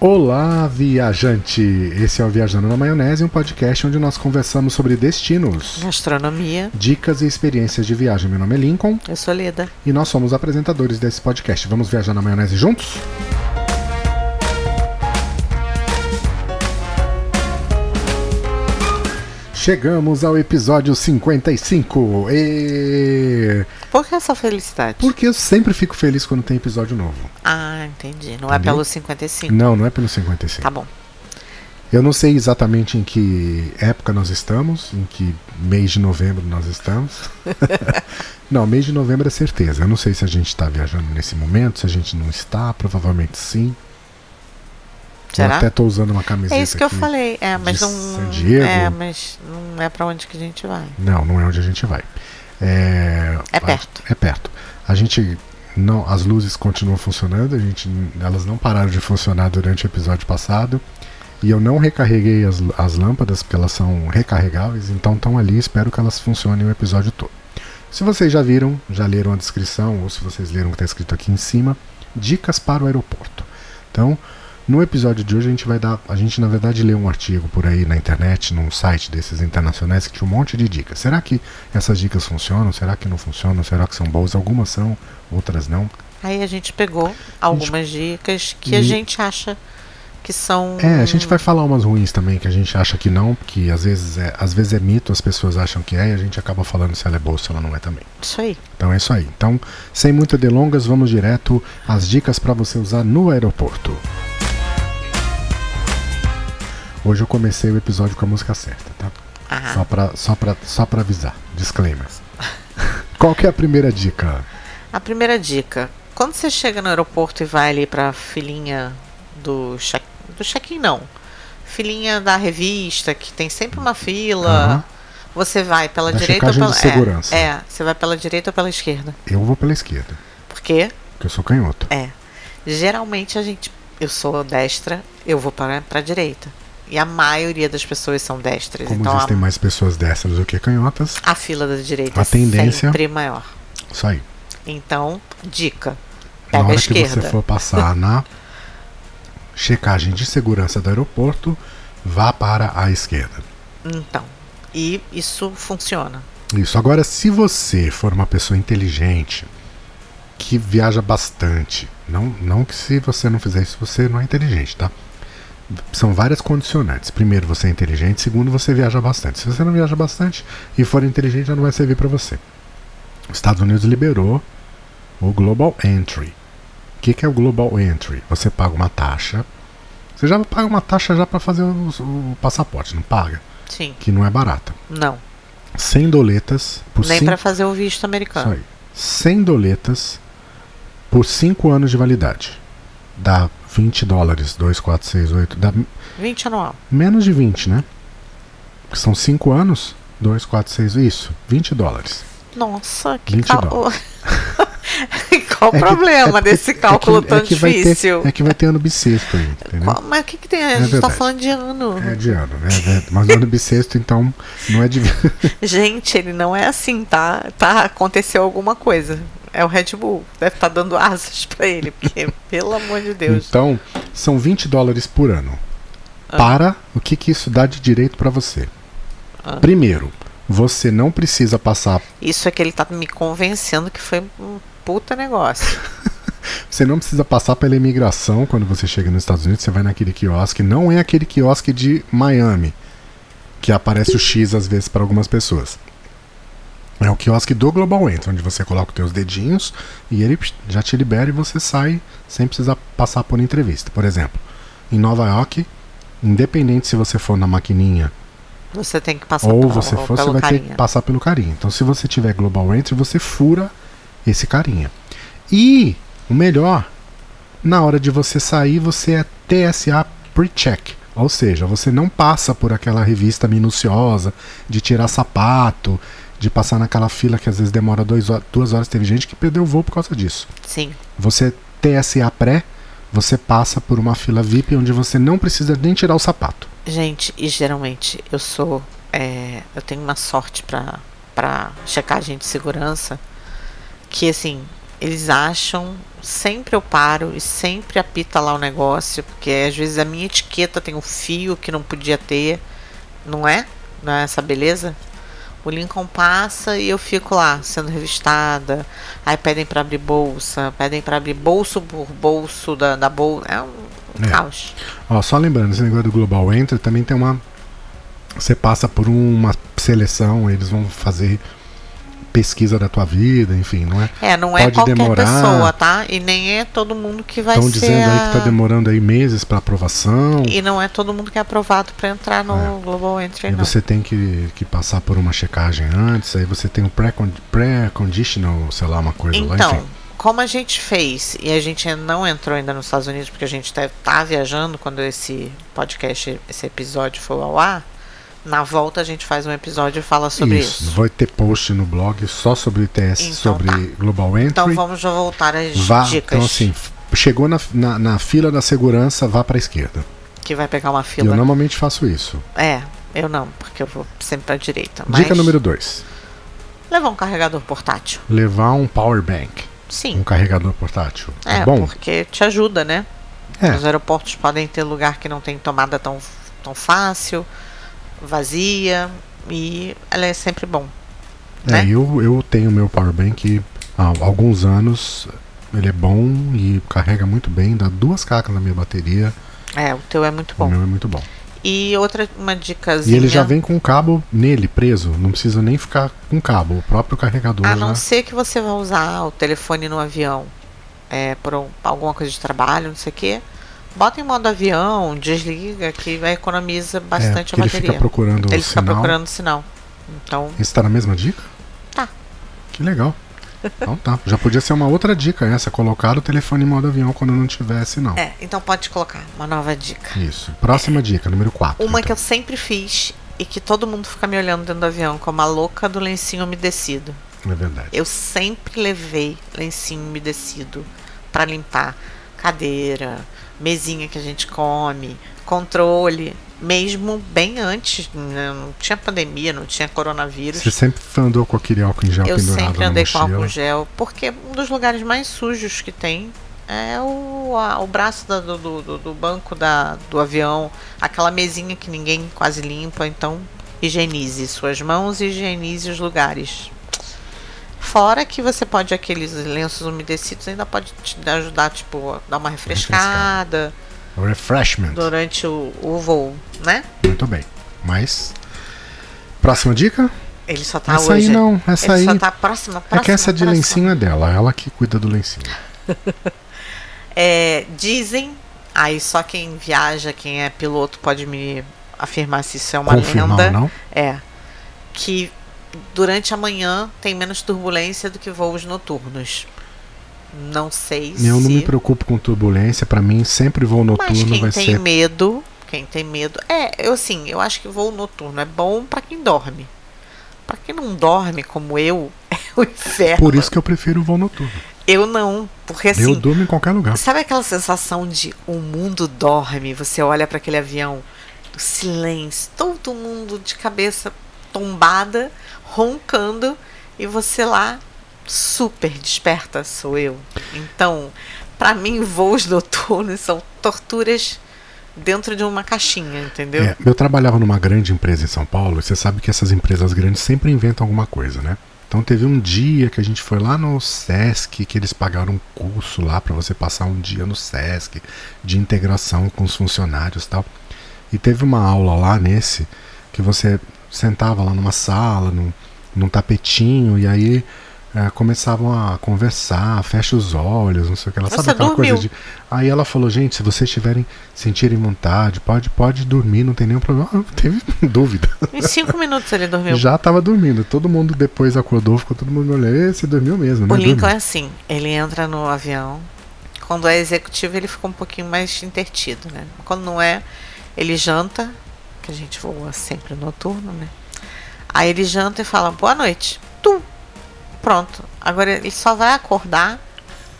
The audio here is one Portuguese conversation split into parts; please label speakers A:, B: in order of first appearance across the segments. A: Olá, viajante! Esse é o Viajando na Maionese, um podcast onde nós conversamos sobre destinos,
B: Astronomia.
A: dicas e experiências de viagem. Meu nome é Lincoln
B: Eu sou Leda.
A: e nós somos apresentadores desse podcast. Vamos viajar na maionese juntos? Chegamos ao episódio 55. E...
B: Por que essa felicidade?
A: Porque eu sempre fico feliz quando tem episódio novo.
B: Ah, entendi. Não é
A: Entendeu?
B: pelo 55.
A: Não, não é pelo 55.
B: Tá bom.
A: Eu não sei exatamente em que época nós estamos, em que mês de novembro nós estamos. não, mês de novembro é certeza. Eu não sei se a gente está viajando nesse momento, se a gente não está, provavelmente sim. Eu
B: Será?
A: até tô usando uma camiseta.
B: É isso que eu
A: aqui.
B: falei. É, mas
A: de
B: não.
A: San Diego.
B: É, mas não é pra onde que a gente vai.
A: Não, não é onde a gente vai. É,
B: É
A: a-
B: perto.
A: É perto. A gente não, as luzes continuam funcionando. A gente, elas não pararam de funcionar durante o episódio passado. E eu não recarreguei as, as lâmpadas porque elas são recarregáveis. Então estão ali. Espero que elas funcionem o episódio todo. Se vocês já viram, já leram a descrição ou se vocês leram o que está escrito aqui em cima, dicas para o aeroporto. Então, no episódio de hoje a gente vai dar, a gente na verdade leu um artigo por aí na internet, num site desses internacionais que tinha um monte de dicas. Será que essas dicas funcionam? Será que não funcionam? Será que são boas? Algumas são, outras não.
B: Aí a gente pegou algumas dicas que a
A: E-
B: gente acha que são.
A: É, a gente vai falar umas ruins também que a gente acha que não, porque às vezes é, às vezes é mito, as pessoas acham que é e a gente acaba falando se ela é boa ou se ela não é também.
B: Isso aí.
A: Então é isso aí. Então, sem muitas delongas, vamos direto às dicas para você usar no aeroporto. Hoje eu comecei o episódio com a música certa, tá?
B: Ah.
A: Só pra, só pra, só pra avisar. Disclaimer. Qual que é a primeira dica?
B: A primeira dica. Quando você chega no aeroporto e vai ali pra filinha do check do check-in não. Filinha da revista, que tem sempre uma fila.
A: Aham.
B: Você vai pela
A: Da
B: direita ou
A: checagem
B: pela
A: de segurança.
B: É, é, você vai pela direita ou pela esquerda.
A: Eu vou pela esquerda,
B: Porque
A: porque eu sou canhoto.
B: é, geralmente a gente eu sou destra, eu vou para para direita. E a maioria das pessoas são destras,
A: Como
B: então a,
A: existem mais pessoas dessas do que canhotas,
B: a fila da direita
A: A
B: é
A: tendência-
B: sempre maior.
A: isso aí.
B: Então, dica.
A: Na
B: Pega a
A: hora que
B: esquerda.
A: você for passar na checagem de segurança do aeroporto, vá para a esquerda.
B: Então, e isso funciona.
A: Isso. Agora, se você for uma pessoa inteligente, que viaja bastante, não, não que se você não fizer isso, você não é inteligente, tá? São várias condicionantes. Primeiro, você é inteligente. Segundo, você viaja bastante. Se você não viaja bastante e for inteligente, já não vai servir para você. Os Estados Unidos liberou o Global Entry. O que, que é o Global Entry? Você paga uma taxa. Você já paga uma taxa já para fazer o- o passaporte, não paga?
B: Sim.
A: Que não é barata.
B: Não.
A: 100 doletas por
B: Nem
A: cinco-
B: pra fazer o visto
A: isso
B: americano.
A: aí. 100 doletas por 5 anos de validade. Dá 20 dólares, 2, 4, 6, 8. Dá m-
B: 20 anual.
A: menos de 20, né? Porque são 5 anos, 2, 4, 6, isso, 20 dólares.
B: Nossa, que
A: 20
B: cálculo. Qual o problema
A: é que-
B: desse
A: é que-
B: cálculo
A: é que,
B: tão
A: vai ter-
B: tá difícil?
A: é que vai ter ano bissexto aí, entendeu?
B: Qual- mas o que, que tem?
A: É
B: A gente tá
A: verdade.
B: falando de ano.
A: É de ano, né? É- Mas ano bissexto, então, não é de.
B: Gente, ele não é assim, tá? tá? Aconteceu alguma coisa. É o Red Bull. Deve estar dando asas pra ele, porque, pelo amor de Deus.
A: Então, são 20 dólares por ano. Para o que, que isso dá de direito para você?
B: Ah.
A: Primeiro, você não precisa passar
B: Isso é que ele tá me convencendo que foi um puta negócio.
A: Você não precisa passar pela imigração quando você chega nos Estados Unidos. Você vai naquele quiosque. Não é aquele quiosque de Miami, que aparece o X às vezes para algumas pessoas. É o quiosque do Global Entry, onde você coloca os teus dedinhos e ele psh, já te libera e você sai sem precisar passar por entrevista. Por exemplo, em Nova York, independente se você for na maquininha
B: Você tem que passar
A: ou
B: pelo,
A: você for, você
B: pelo
A: vai ter que
B: carinha.
A: passar pelo carinha. Então, se você tiver Global Entry, você fura esse carinha. E o melhor, na hora de você sair, você é TSA pre-check. Ou seja, você não passa por aquela revista minuciosa de tirar sapato, de passar naquela fila que às vezes demora dois, ho- duas horas. Teve gente que perdeu o voo por causa disso.
B: Sim.
A: Você é TSA pré, você passa por uma fila VIP onde você não precisa nem tirar o sapato.
B: Gente, e geralmente eu sou. é, eu tenho uma sorte pra, pra checagem de segurança. Que assim, eles acham, sempre eu paro e sempre apita lá o negócio, porque às vezes a minha etiqueta tem um fio que não podia ter, não é? Não é essa beleza? O Lincoln passa e eu fico lá sendo revistada. Aí pedem para abrir bolsa, pedem para abrir bolso por bolso da, da bolsa. É um, um
A: É.
B: caos.
A: Ó, só lembrando, esse negócio do Global Enter também tem uma. Você passa por uma seleção, eles vão fazer pesquisa da tua vida, enfim, não é?
B: É, não é
A: Pode
B: qualquer
A: demorar.
B: pessoa, tá? E nem é todo mundo que vai
A: Estão
B: ser.
A: dizendo aí que tá
B: a-
A: demorando aí meses para aprovação.
B: E não é todo mundo que é aprovado para entrar no Global Entry,
A: É. E
B: não.
A: você tem que, que passar por uma checagem antes, aí você tem o pré-con- pré-conditional, sei lá, uma coisa lá,
B: Então,
A: enfim.
B: como a gente fez e a gente não entrou ainda nos Estados Unidos porque a gente deve estar viajando quando esse podcast, esse episódio for ao ar, na volta a gente faz um episódio e fala sobre isso.
A: Vai ter post no blog só sobre TS,
B: Então
A: sobre
B: tá.
A: Global Entry.
B: Então vamos já voltar às
A: vá,
B: dicas.
A: então assim, f- chegou na, na, na fila da segurança, vá para esquerda.
B: que vai pegar uma
A: E eu
B: fila.
A: normalmente faço isso.
B: É, eu não, porque eu vou sempre pra direita. Mas
A: Dica número 2.
B: Levar um carregador portátil.
A: Levar um power bank, um
B: Sim.
A: carregador portátil.
B: É,
A: bom.
B: porque te ajuda, né?
A: É.
B: Os aeroportos podem ter lugar que não tem tomada tão, tão fácil, vazia, e ela é sempre bom.
A: É,
B: né?
A: eu, eu tenho meu powerbank há alguns anos. Ele é bom e carrega muito bem, dá duas cacas na minha bateria.
B: É, o teu é muito
A: O
B: bom.
A: meu é muito bom.
B: E outra, uma dicasinha.
A: E ele já vem com o cabo nele preso, não precisa nem ficar com cabo, o próprio carregador
B: A
A: já.
B: Ah, não ser que você vá usar o telefone no avião é, por um- alguma coisa de trabalho, não sei o quê, bota em modo avião, desliga, que vai- economiza
A: É,
B: bastante
A: porque
B: a
A: ele
B: bateria.
A: fica procurando o
B: Ele fica
A: sinal.
B: procurando sinal. Então,
A: Esse tá na mesma dica?
B: Tá.
A: Que legal. Então tá. Já podia ser uma outra dica essa, colocar o telefone em modo avião quando não tivesse, não.
B: é, então pode colocar uma nova dica.
A: Isso. Próxima dica, número então, 4.
B: Uma que eu sempre fiz e que todo mundo fica me olhando dentro do avião como a louca do lencinho umedecido.
A: eu... É verdade.
B: Eu sempre levei lencinho umedecido pra limpar cadeira, mesinha que a gente come, controle, mesmo bem antes, né, não tinha pandemia, não tinha coronavírus.
A: Você sempre andou com aquele álcool em gel
B: Eu
A: Tá pendurado
B: sempre
A: na
B: andei com
A: mochila.
B: álcool gel, porque um dos lugares mais sujos que tem é o, a- o braço da- do, do- do- do banco da- do avião, aquela mesinha que ninguém quase limpa, então higienize suas mãos e higienize os lugares. Fora que você pode aqueles lenços umedecidos ainda pode te dar- ajudar, tipo, a dar uma refrescada
A: Refreshment.
B: durante o, o voo, né?
A: Muito bem. Mas. Próxima dica?
B: Ele só tá
A: essa
B: hoje.
A: aí não, essa
B: Ele
A: aí.
B: só tá próxima,
A: É
B: próxima.
A: que essa de
B: próxima.
A: lencinho é dela, ela que cuida do lencinho.
B: É, dizem, aí só quem viaja, quem é piloto, pode me afirmar se isso é uma
A: Confirmar né?
B: lenda.
A: ou não?
B: É. Que durante a manhã tem menos turbulência do que voos noturnos. Não sei se.
A: Eu não me preocupo com turbulência, pra mim sempre voo
B: mas
A: noturno
B: quem
A: vai
B: tem
A: ser.
B: medo. Quem tem medo. É, eu assim, eu acho que voo noturno é bom pra quem dorme. Pra quem não dorme, como eu, é o inferno.
A: Por isso que eu prefiro voo noturno.
B: Eu não. Porque
A: eu
B: assim,
A: durmo em qualquer lugar.
B: Sabe aquela sensação de o mundo dorme? Você olha para aquele avião, o silêncio, todo mundo de cabeça tombada, roncando, e você lá super desperta, sou eu. Então, para mim, voos noturnos são torturas dentro de uma caixinha, entendeu?
A: É, eu trabalhava numa grande empresa em São Paulo, e você sabe que essas empresas grandes sempre inventam alguma coisa, né? Então teve um dia que a gente foi lá no SESC, que eles pagaram um curso lá pra você passar um dia no SESC de integração com os funcionários e tal. E teve uma aula lá nesse que você sentava lá numa sala, num, num tapetinho, e aí eh, começavam a conversar, "Ah, fecha os olhos, não sei o que. Ela
B: Você
A: sabe aquela
B: dormiu.
A: coisa de. Aí ela falou, gente, se vocês tiverem sentirem vontade, pode, pode dormir, não tem nenhum problema. Ah, Não teve dúvida.
B: Em cinco minutos ele dormiu.
A: Já tava dormindo. Todo mundo depois acordou, ficou todo mundo olhando. "Ê, Você dormiu mesmo, né?
B: O Lincoln
A: Dormiu."
B: é assim, ele entra no avião. Quando é executivo, ele fica um pouquinho mais intertido, né? Quando não é, ele janta, que a gente voa sempre noturno, né? Aí ele janta e fala, boa noite. Tum! Pronto. Agora ele só vai acordar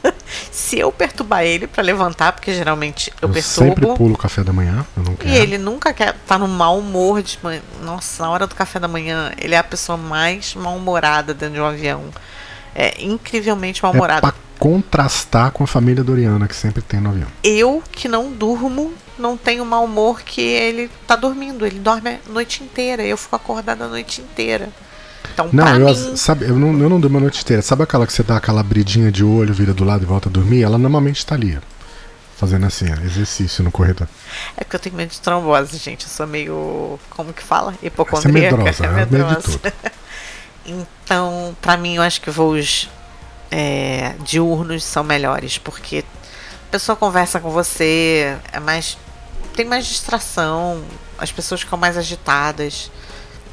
B: se eu perturbar ele para levantar, porque geralmente eu,
A: Eu sempre
B: perturbo.
A: pulo o café da manhã, eu não quero.
B: E ele nunca quer tá no mau humor de manhã. Nossa, na hora do café da manhã, ele é a pessoa mais mal-humorada dentro de um avião. É incrivelmente
A: é
B: mal-humorada.
A: contrastar com a família Doriana que sempre tem no avião.
B: Eu que não durmo, não tenho mau humor que ele tá dormindo. Ele dorme a noite inteira. Eu fico acordada a noite inteira. Então, pra
A: Não, eu,
B: mim,
A: sabe, eu, não, eu não durmo a noite inteira. Sabe aquela que você dá aquela abridinha de olho, vira do lado e volta a dormir? Ela normalmente tá ali, ó, fazendo assim, ó, exercício no corredor.
B: é que eu tenho medo de trombose, gente. Eu sou meio. Como que fala?
A: Você é
B: Hipocondríaca.
A: medrosa, é medo de tudo.
B: Então, pra mim, eu acho que voos é, diurnos são melhores, porque a pessoa conversa com você, é mais tem mais distração, as pessoas ficam mais agitadas.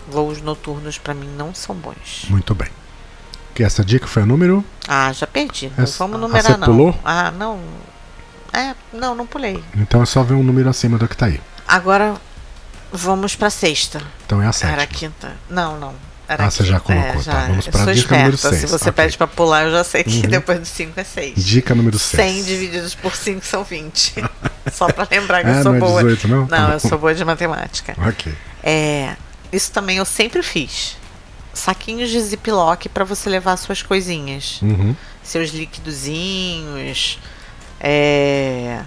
B: Voos noturnos pra mim não são bons.
A: Muito bem. Que essa dica foi o número?
B: Ah, já perdi. Não
A: Essa-
B: vamos
A: ah,
B: numerar
A: você
B: não.
A: pulou?
B: Ah, não. É, não, não pulei.
A: Então é só ver um número acima do que tá aí.
B: Agora vamos pra sexta.
A: Então é a
B: Era a
A: sétima.
B: quinta. Não, não. Era
A: Ah,
B: a
A: você já
B: quinta. É,
A: colocou, tá. Vamos
B: Eu
A: pra
B: sou
A: dica número
B: esperta. Se
A: seis,
B: você
A: ok.
B: pede pra pular, eu já sei que
A: Uhum.
B: depois do 5 é 6.
A: Dica número
B: 100
A: 6.
B: divididos por 5 são 20. Só pra lembrar que
A: Ah,
B: eu sou
A: não é
B: boa.
A: 18, não? Tá
B: Não,
A: bom.
B: eu sou boa de matemática.
A: Ok.
B: É, isso também eu sempre fiz. Saquinhos de ziploc pra você levar suas coisinhas.
A: Uhum.
B: Seus liquidozinhos. É,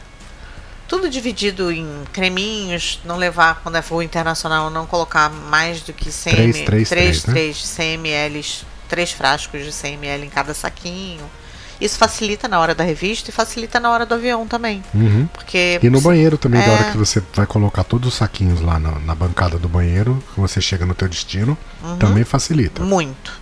B: tudo dividido em creminhos. Não levar, quando é voo internacional, não colocar mais do que 100
A: Três, três,
B: 3,
A: três, né?
B: 100ml, 3 frascos de 100ml em cada saquinho. Isso facilita na hora da revista e facilita na hora do avião também.
A: Uhum.
B: Porque.
A: E no banheiro também, da
B: É.
A: hora que você vai colocar todos os saquinhos lá na, na bancada do banheiro, que você chega no teu destino,
B: Uhum.
A: também facilita.
B: Muito.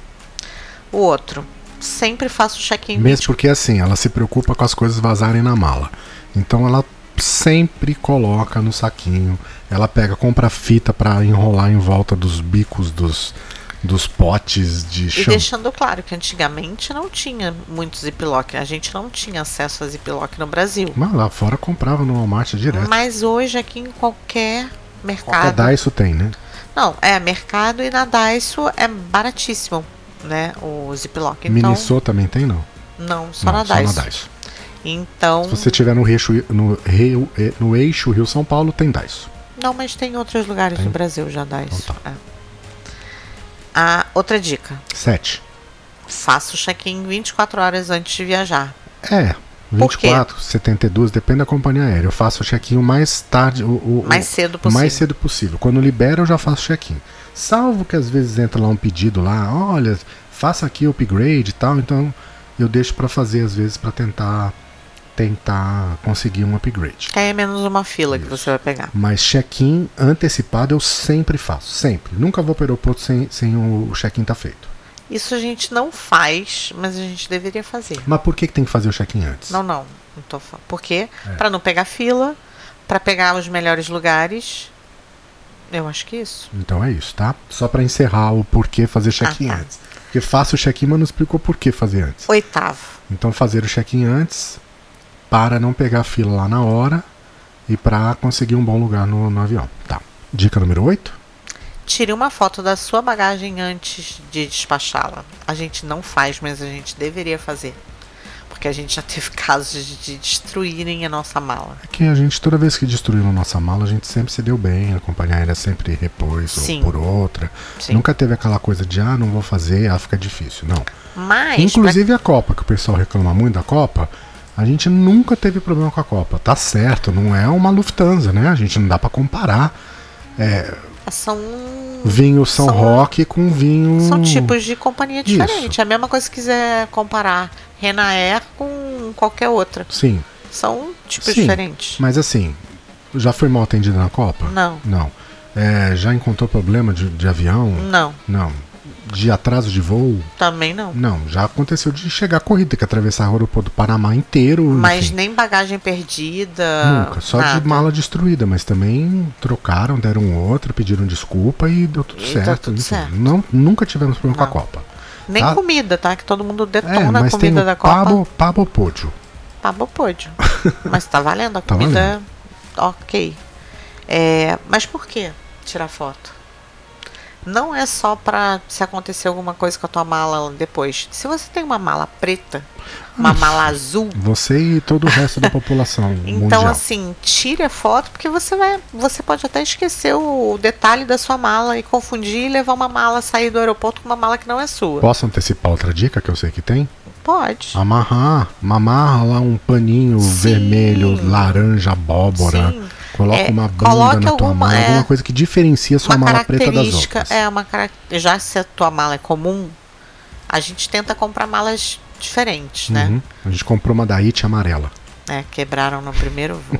B: O outro. Sempre faço check-in.
A: Mesmo porque assim, ela se preocupa com as coisas vazarem na mala. Então ela sempre coloca no saquinho. Ela pega, compra fita pra enrolar em volta dos bicos dos, dos potes de
B: E
A: shampoo.
B: deixando claro que antigamente não tinha muito ziploc. A gente não tinha acesso a ziploc no Brasil.
A: Mas lá fora comprava no Walmart direto.
B: Mas hoje aqui em qualquer
A: Até
B: mercado.
A: dá isso tem, né?
B: Não, é mercado e na Daiso é baratíssimo, né? O ziploc. Então,
A: Minissô também tem, não?
B: não, só
A: não,
B: na Daiso.
A: só na Daiso.
B: Então,
A: Se você tiver no, eixo, no, Rio- no eixo Rio-São Paulo, tem Daiso.
B: não, mas tem outros lugares
A: Tem?
B: do Brasil já Daiso.
A: Então
B: É. Ah, outra dica.
A: Sete.
B: Faço check-in 24 horas antes de viajar.
A: É,
B: Por quê?
A: 24, 72, depende da companhia aérea. Eu faço o check-in o mais tarde, o, o-
B: Mais
A: o-
B: cedo
A: o
B: possível.
A: mais cedo possível. Quando libera, eu já faço o check-in. Salvo que às vezes entra lá um pedido lá, olha, faça aqui o upgrade e tal, então eu deixo pra fazer às vezes pra tentar tentar conseguir um upgrade.
B: Que aí é menos uma fila que você vai pegar.
A: Mas check-in antecipado eu sempre faço, sempre. Nunca vou para o aeroporto sem, sem o check-in tá feito.
B: Isso a gente não faz, mas a gente deveria fazer.
A: Mas por que, que tem que fazer o check-in antes?
B: Não, não. não tô falando. Por quê?
A: É.
B: Pra não pegar fila, pra pegar os melhores lugares. Eu acho que isso.
A: Então é isso, tá? Só pra encerrar o porquê fazer check-in
B: Ah, tá.
A: antes. Porque faço o check-in, mas não explicou por que fazer antes.
B: Oitavo.
A: Então fazer o check-in antes para não pegar fila lá na hora e pra conseguir um bom lugar no, no avião. Tá. Dica número 8?
B: Tire uma foto da sua bagagem antes de despachá-la. A gente não faz, mas a gente deveria fazer. Porque a gente já teve casos de destruírem a nossa mala.
A: É que a gente, toda vez que destruiu a nossa mala, a gente sempre se deu bem, a companhia aérea sempre repôs ou
B: Sim.
A: por outra.
B: Sim.
A: Nunca teve aquela coisa de, ah, não vou fazer, ah, fica difícil. Não.
B: Mas.
A: Inclusive a Copa, que o pessoal reclama muito da Copa, a gente nunca teve problema com a Copa. Tá certo, não é uma Lufthansa, né? A gente não dá pra comparar
B: pra- São
A: vinho São
B: São-
A: Roque com vinho.
B: São tipos de companhia
A: Hum. Isso.
B: diferente. É a mesma coisa se quiser comparar Renaer com qualquer outra.
A: Sim,
B: São tipos
A: Sim.
B: diferentes.
A: mas assim, já foi mal atendido na Copa?
B: Não.
A: Não. É, já encontrou problema de, de avião?
B: Não,
A: Não. De atraso de voo?
B: também não.
A: Não. Já aconteceu de chegar a corrida, que atravessar o aeroporto do Panamá inteiro.
B: Mas
A: enfim.
B: nem bagagem perdida.
A: Nunca, só
B: nada.
A: de mala destruída, mas também trocaram, deram outra, pediram desculpa e deu tudo
B: E deu
A: certo.
B: tudo
A: enfim.
B: certo.
A: Não, nunca tivemos problema
B: Não.
A: com a Copa.
B: Nem
A: tá?
B: comida, tá? Que todo mundo
A: É,
B: detona a
A: mas tem
B: comida
A: o
B: da Copa.
A: Pablo, Pablo Podio.
B: Pablo pôde. Mas tá valendo a
A: Tá
B: comida. Ok. É, mas por que tirar foto? Não é só pra se acontecer alguma coisa com a tua mala depois. Se você tem uma mala preta, uma mala azul,
A: Você e todo o resto da população
B: então
A: mundial.
B: assim, tire a foto porque você vai, você pode até esquecer o detalhe da sua mala e confundir e levar uma mala sair do aeroporto com uma mala que não é sua.
A: Posso antecipar outra dica que eu sei que tem?
B: Pode.
A: Amarrar, amarra lá um paninho
B: Sim.
A: vermelho, laranja, abóbora.
B: Sim.
A: Coloca
B: É,
A: uma banda
B: coloque
A: na tua
B: alguma-
A: mala,
B: é,
A: alguma coisa que diferencia sua
B: uma
A: mala preta das
B: característica
A: outras.
B: é uma cara- já se a tua mala é comum a gente tenta comprar malas diferentes né
A: Uhum. A gente comprou uma da It amarela.
B: É, quebraram no primeiro voo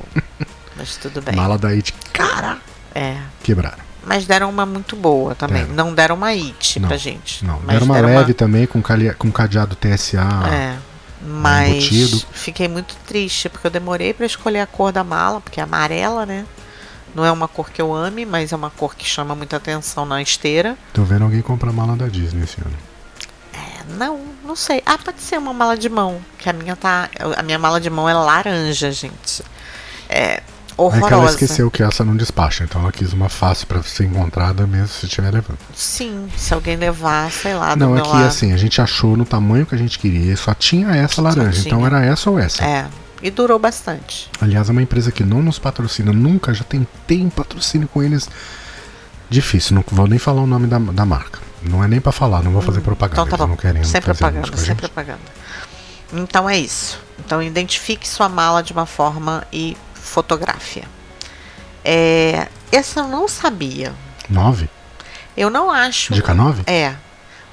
B: mas tudo bem
A: Mala da It, cara,
B: é
A: quebraram.
B: mas deram uma muito boa também
A: Deram.
B: não deram uma it
A: Não,
B: pra gente
A: Não,
B: mas
A: era uma leve também com, cali- com cadeado TSA.
B: é mas
A: Ah, um embutido.
B: fiquei muito triste porque eu demorei pra escolher a cor da mala porque é amarela né não é uma cor que eu ame mas é uma cor que chama muita atenção na esteira
A: Tô vendo alguém comprar mala da Disney esse ano.
B: É, Não, não sei. Ah, pode ser uma mala de mão. Que a minha tá. A minha mala de mão é laranja, gente. É
A: É que ela
B: horrorosa.
A: esqueceu que essa não despacha, então ela quis uma fácil pra ser encontrada mesmo se estiver levando.
B: Sim, se alguém levar, sei lá, do
A: não, é
B: meu
A: que
B: lado.
A: assim, a gente achou no tamanho que a gente queria e só tinha essa laranja,
B: tinha.
A: então era essa ou essa.
B: É. E durou bastante.
A: Aliás, é uma empresa que não nos patrocina nunca, já tentei um patrocínio com eles. Difícil, não vou nem falar o nome da, da marca. Não é nem pra falar, não vou fazer propaganda.
B: Então tá
A: eles
B: bom.
A: não querem
B: Sem
A: fazer
B: propaganda,
A: isso com a
B: sem
A: gente.
B: propaganda. Então é isso. Então identifique sua mala de uma forma e fotografia. É, essa eu não sabia.
A: Nove?
B: Eu não acho.
A: Dica nove?
B: É.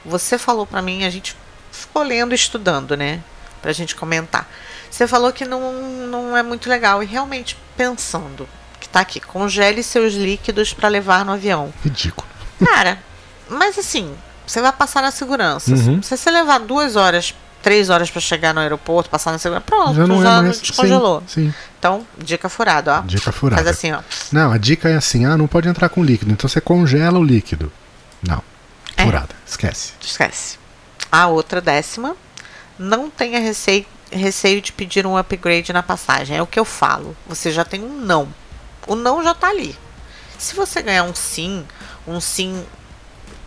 B: Você falou pra mim, a gente ficou lendo, e estudando, né? Pra gente comentar. Você falou que não, não é muito legal. E realmente, pensando, que tá aqui, congele seus líquidos pra levar no avião.
A: Ridículo.
B: Cara, mas assim, você vai passar na segurança.
A: Uhum.
B: Se você levar duas horas, três horas pra chegar no aeroporto, passar na segurança, pronto,
A: Já
B: já,
A: não é mais.
B: descongelou.
A: Sim, sim.
B: Então, dica furada, ó.
A: Dica furada.
B: Faz assim, ó.
A: Não, a dica é assim: ah, não pode entrar com líquido, então você congela o líquido. Não.
B: É.
A: Furada. Esquece.
B: Esquece. A outra décima, não tenha receio, receio de pedir um upgrade na passagem. É o que eu falo. Você já tem um não. O não já tá ali. Se você ganhar um sim, um sim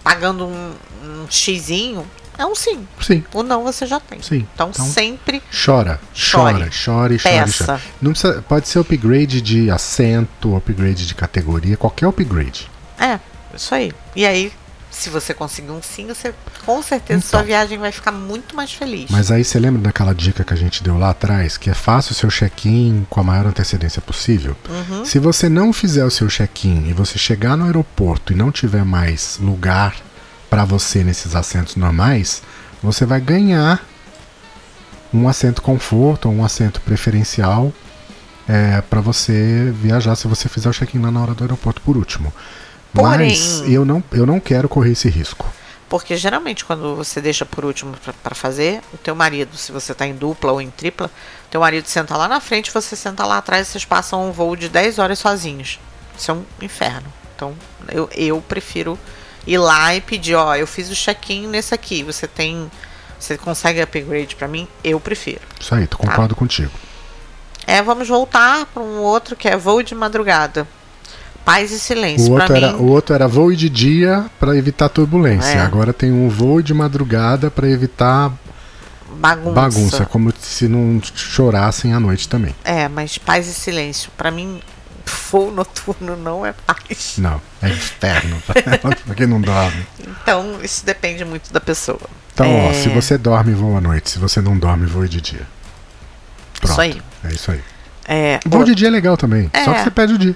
B: pagando um, um xizinho, é um sim.
A: Sim,
B: O não você já tem.
A: sim.
B: Então,
A: Então-
B: sempre
A: Chora, chora,
B: Chore.
A: chore, chore,
B: Peça.
A: chore. Não precisa, pode ser upgrade de assento, upgrade de categoria, qualquer upgrade.
B: é isso aí. E aí, se você conseguir um sim, você com certeza
A: Então.
B: sua viagem vai ficar muito mais feliz.
A: Mas aí você lembra daquela dica que a gente deu lá atrás, que é faça o seu check-in com a maior antecedência possível? Se você não fizer o seu check-in e você chegar no aeroporto e não tiver mais lugar pra você nesses assentos normais, você vai ganhar um assento conforto ou um assento preferencial é, para você viajar se você fizer o check-in lá na hora do aeroporto por último.
B: Porém-
A: Mas eu não, eu não quero correr esse risco.
B: Porque geralmente quando você deixa por último para fazer, o teu marido, se você tá em dupla ou em tripla, teu marido senta lá na frente, você senta lá atrás, vocês passam um voo de 10 horas sozinhos. Isso é um inferno. Então, eu, eu prefiro ir lá e pedir, ó, eu fiz o check-in nesse aqui, você tem você consegue upgrade para mim? Eu prefiro.
A: Isso aí, tô concordo contigo.
B: É, vamos voltar para um outro que é voo de madrugada. Paz e
A: O
B: silêncio para
A: outro,
B: mim.
A: era, o outro era voo de dia pra evitar turbulência.
B: É.
A: Agora tem um voo de madrugada pra evitar
B: Bagunça.
A: bagunça, como se não chorassem à noite também.
B: É, mas paz e silêncio. Pra mim, voo noturno não é paz.
A: Não, é externo pra quem não dorme.
B: Então, isso depende muito da pessoa.
A: Então, ó,
B: É.
A: se você dorme, voo à noite. Se você não dorme, voo de dia. Pronto.
B: Isso aí.
A: É isso aí.
B: É,
A: Voo
B: ou-
A: de dia é legal também, só que
B: É.
A: você perde o dia.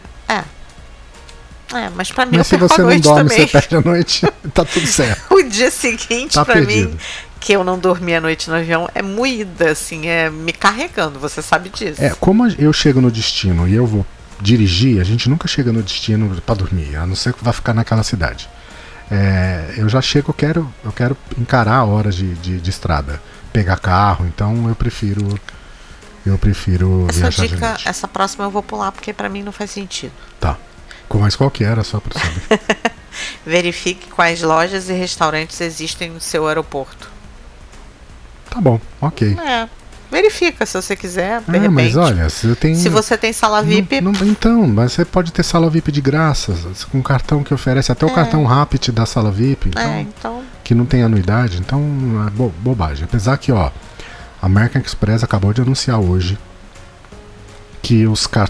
B: é, mas pra mim
A: Mas se
B: eu perco
A: você
B: a
A: não
B: noite
A: dorme,
B: também.
A: você perde a noite, tá tudo certo.
B: O dia seguinte,
A: Tá
B: pra
A: perdido.
B: mim, que eu não dormi a noite no avião, é moída, assim, é me carregando, você sabe disso.
A: É, como eu chego no destino e eu vou dirigir, a gente nunca chega no destino pra dormir, a não ser que vá ficar naquela cidade. É, eu já chego, eu quero, eu quero encarar horas de, de, de estrada, pegar carro, então eu prefiro. Eu prefiro
B: essa
A: viajar de
B: dica,
A: noite.
B: essa próxima eu vou pular, porque pra mim não faz sentido.
A: Tá. Com- Mas qual que era, só pra saber?
B: Verifique quais lojas e restaurantes existem no seu aeroporto.
A: tá bom, ok.
B: É, verifica se você quiser, de
A: ah,
B: repente.
A: mas olha, se tem.
B: se você é tem sala
A: não-
B: VIP,
A: não- então, mas você pode ter sala VIP de graça, com um cartão que oferece, até o cartão Rappi te dá sala VIP. Então,
B: É, então.
A: que não tem anuidade, então é bo- bobagem. Apesar que, ó, a American Express acabou de anunciar hoje que os car-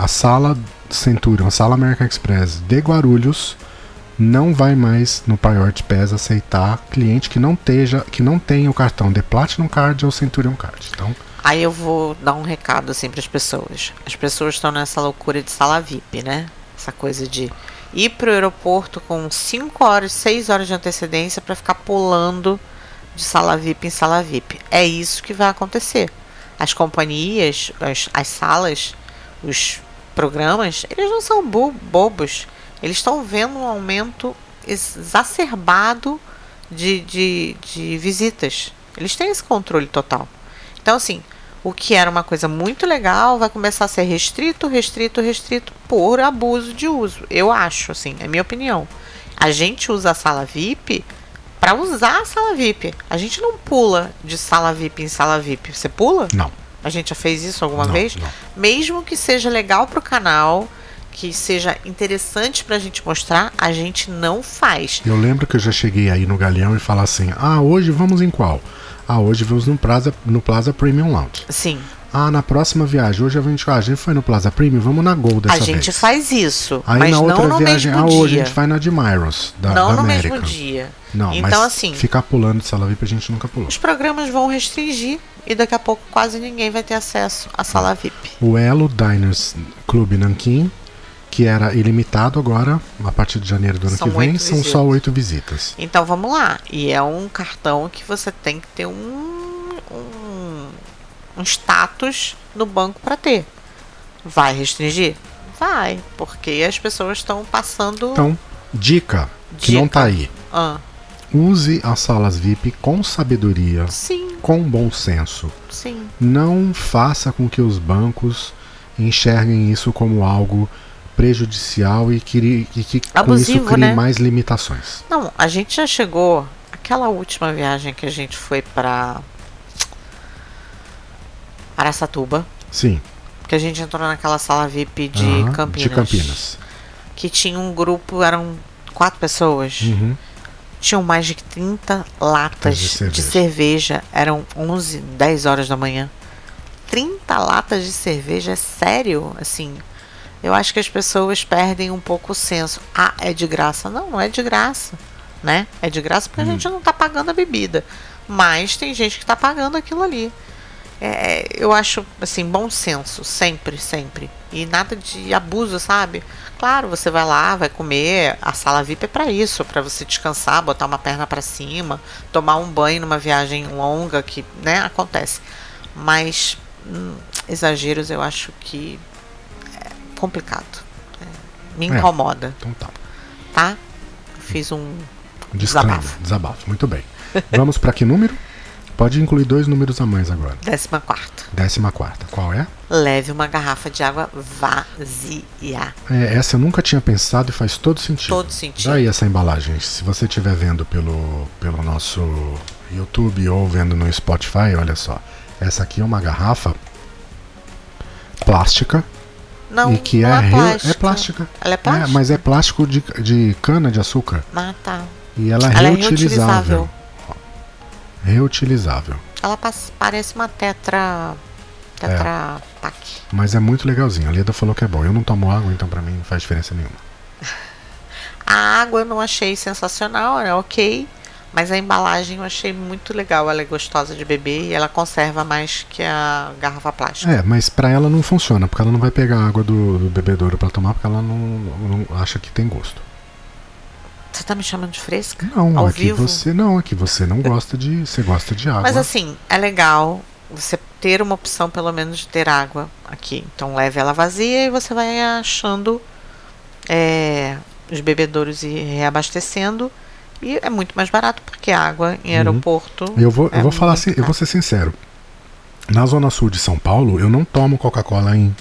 A: a sala Centurion, a sala American Express de Guarulhos não vai mais no Priority Pass aceitar cliente que não esteja, que não tenha o cartão de Platinum Card ou Centurion Card. Então,
B: Aí eu vou dar um recado assim para as pessoas. As pessoas estão nessa loucura de sala VIP, né? Essa coisa de ir pro aeroporto com 5 horas, 6 horas de antecedência para ficar pulando de sala VIP em sala VIP. É isso que vai acontecer. As companhias, as, as salas, os programas, eles não são bo- bobos. Eles estão vendo um aumento ex- exacerbado de, de, de visitas. Eles têm esse controle total. Então, assim, o que era uma coisa muito legal vai começar a ser restrito, restrito, restrito por abuso de uso. Eu acho, assim, é minha opinião. A gente usa a sala VIP para usar a sala VIP. A gente não pula de sala VIP em sala VIP. Você pula?
A: não.
B: A gente já fez isso alguma
A: não,
B: vez?
A: não.
B: Mesmo que seja legal pro canal, que seja interessante pra gente mostrar, a gente não faz.
A: Eu lembro que eu já cheguei aí no Galeão e falar assim: "Ah, hoje vamos em qual?" Ah, hoje vamos no Plaza, no Plaza Premium Lounge.
B: Sim,
A: Ah, na próxima viagem, hoje a gente, ah, a gente foi no Plaza Premium, vamos na Gol dessa
B: a gente
A: vez.
B: faz isso,
A: Aí
B: mas
A: na outra
B: não no
A: viagem,
B: mesmo
A: ah, hoje
B: dia.
A: a gente vai na Admirals da,
B: não
A: da
B: no
A: América.
B: mesmo dia.
A: Não,
B: Então,
A: mas
B: assim-
A: ficar pulando de sala VIP a gente nunca pulou.
B: Os programas vão restringir e daqui a pouco quase ninguém vai ter acesso à sala VIP.
A: O Elo Diners Club Nanquim, que era ilimitado agora, a partir de janeiro do ano
B: São
A: que vem,
B: oito
A: são só
B: visitas.
A: oito visitas.
B: Então vamos lá. E é um cartão que você tem que ter um, um, um status no banco para ter. Vai restringir? Vai, porque as pessoas estão passando.
A: Então, dica, que
B: Dica.
A: não tá aí.
B: Ah,
A: Use as salas VIP com sabedoria,
B: sim,
A: com bom senso.
B: sim.
A: Não faça com que os bancos enxerguem isso como algo prejudicial e que, e que com isso
B: Abusivo,
A: crie
B: né?
A: mais limitações.
B: Não, a gente já chegou. Aquela última viagem que a gente foi para Araçatuba,
A: Sim,
B: que a gente entrou naquela sala VIP de,
A: aham,
B: Campinas,
A: de Campinas.
B: Que tinha um grupo, eram quatro pessoas.
A: Uhum.
B: Tinham mais de 30 latas
A: De cerveja.
B: de cerveja. Eram 11, 10 horas da manhã. 30 latas de cerveja, é sério? Assim, eu acho que as pessoas perdem um pouco o senso. Ah, é de graça. Não, não é de graça. Né? É de graça porque
A: Uhum.
B: a gente não tá pagando a bebida. Mas tem gente que tá pagando aquilo ali. É, eu acho, assim, bom senso, sempre, sempre. E nada de abuso, sabe? Claro, você vai lá, vai comer, a sala VIP é pra isso, pra você descansar, botar uma perna pra cima, tomar um banho numa viagem longa, que, né, acontece. Mas hum, exageros eu acho que é complicado. É, me
A: É.
B: incomoda,
A: Então tá.
B: tá? Fiz um.
A: Disclaimer,
B: Desabafo.
A: desabafo. Muito bem. Vamos para que número? Pode incluir dois números a mais agora.
B: 14.
A: Décima quarta. Qual é?
B: Leve uma garrafa de água vazia.
A: É, Essa eu nunca tinha pensado e faz todo sentido.
B: Todo sentido.
A: Daí essa embalagem. Se você estiver vendo pelo, pelo nosso YouTube ou vendo no Spotify, olha só. Essa aqui é uma garrafa plástica
B: Não,
A: e que
B: não
A: é, re-
B: um plástica.
A: é plástica.
B: Ela é
A: É,
B: plástica?
A: mas é plástico de, de cana de açúcar
B: Ah, tá.
A: e ela é
B: Ela é
A: reutilizável.
B: reutilizável.
A: Reutilizável.
B: Ela pas- parece uma tetra. Tetra pack.
A: Mas é muito legalzinho. A Leda falou que é bom. Eu não tomo água, então pra mim não faz diferença nenhuma.
B: A água eu não achei sensacional, né? Ok. Mas a embalagem eu achei muito legal. Ela é gostosa de beber e ela conserva mais que a garrafa plástica.
A: É, mas pra ela não funciona, porque ela não vai pegar a água do, do bebedouro pra tomar, porque ela não, não acha que tem gosto.
B: Você tá me chamando de fresca?
A: Não,
B: Ao
A: é que
B: vivo?
A: você não, é que você não gosta de, você gosta de água.
B: Mas assim, é legal você ter uma opção, pelo menos, de ter água aqui. Então leve ela vazia e você vai achando é, os bebedouros e reabastecendo. E é muito mais barato, porque a água em aeroporto.
A: Uhum. eu vou, eu
B: é
A: vou falar
B: muito
A: assim, eu vou ser sincero. Na zona sul de São Paulo, eu não tomo Coca-Cola em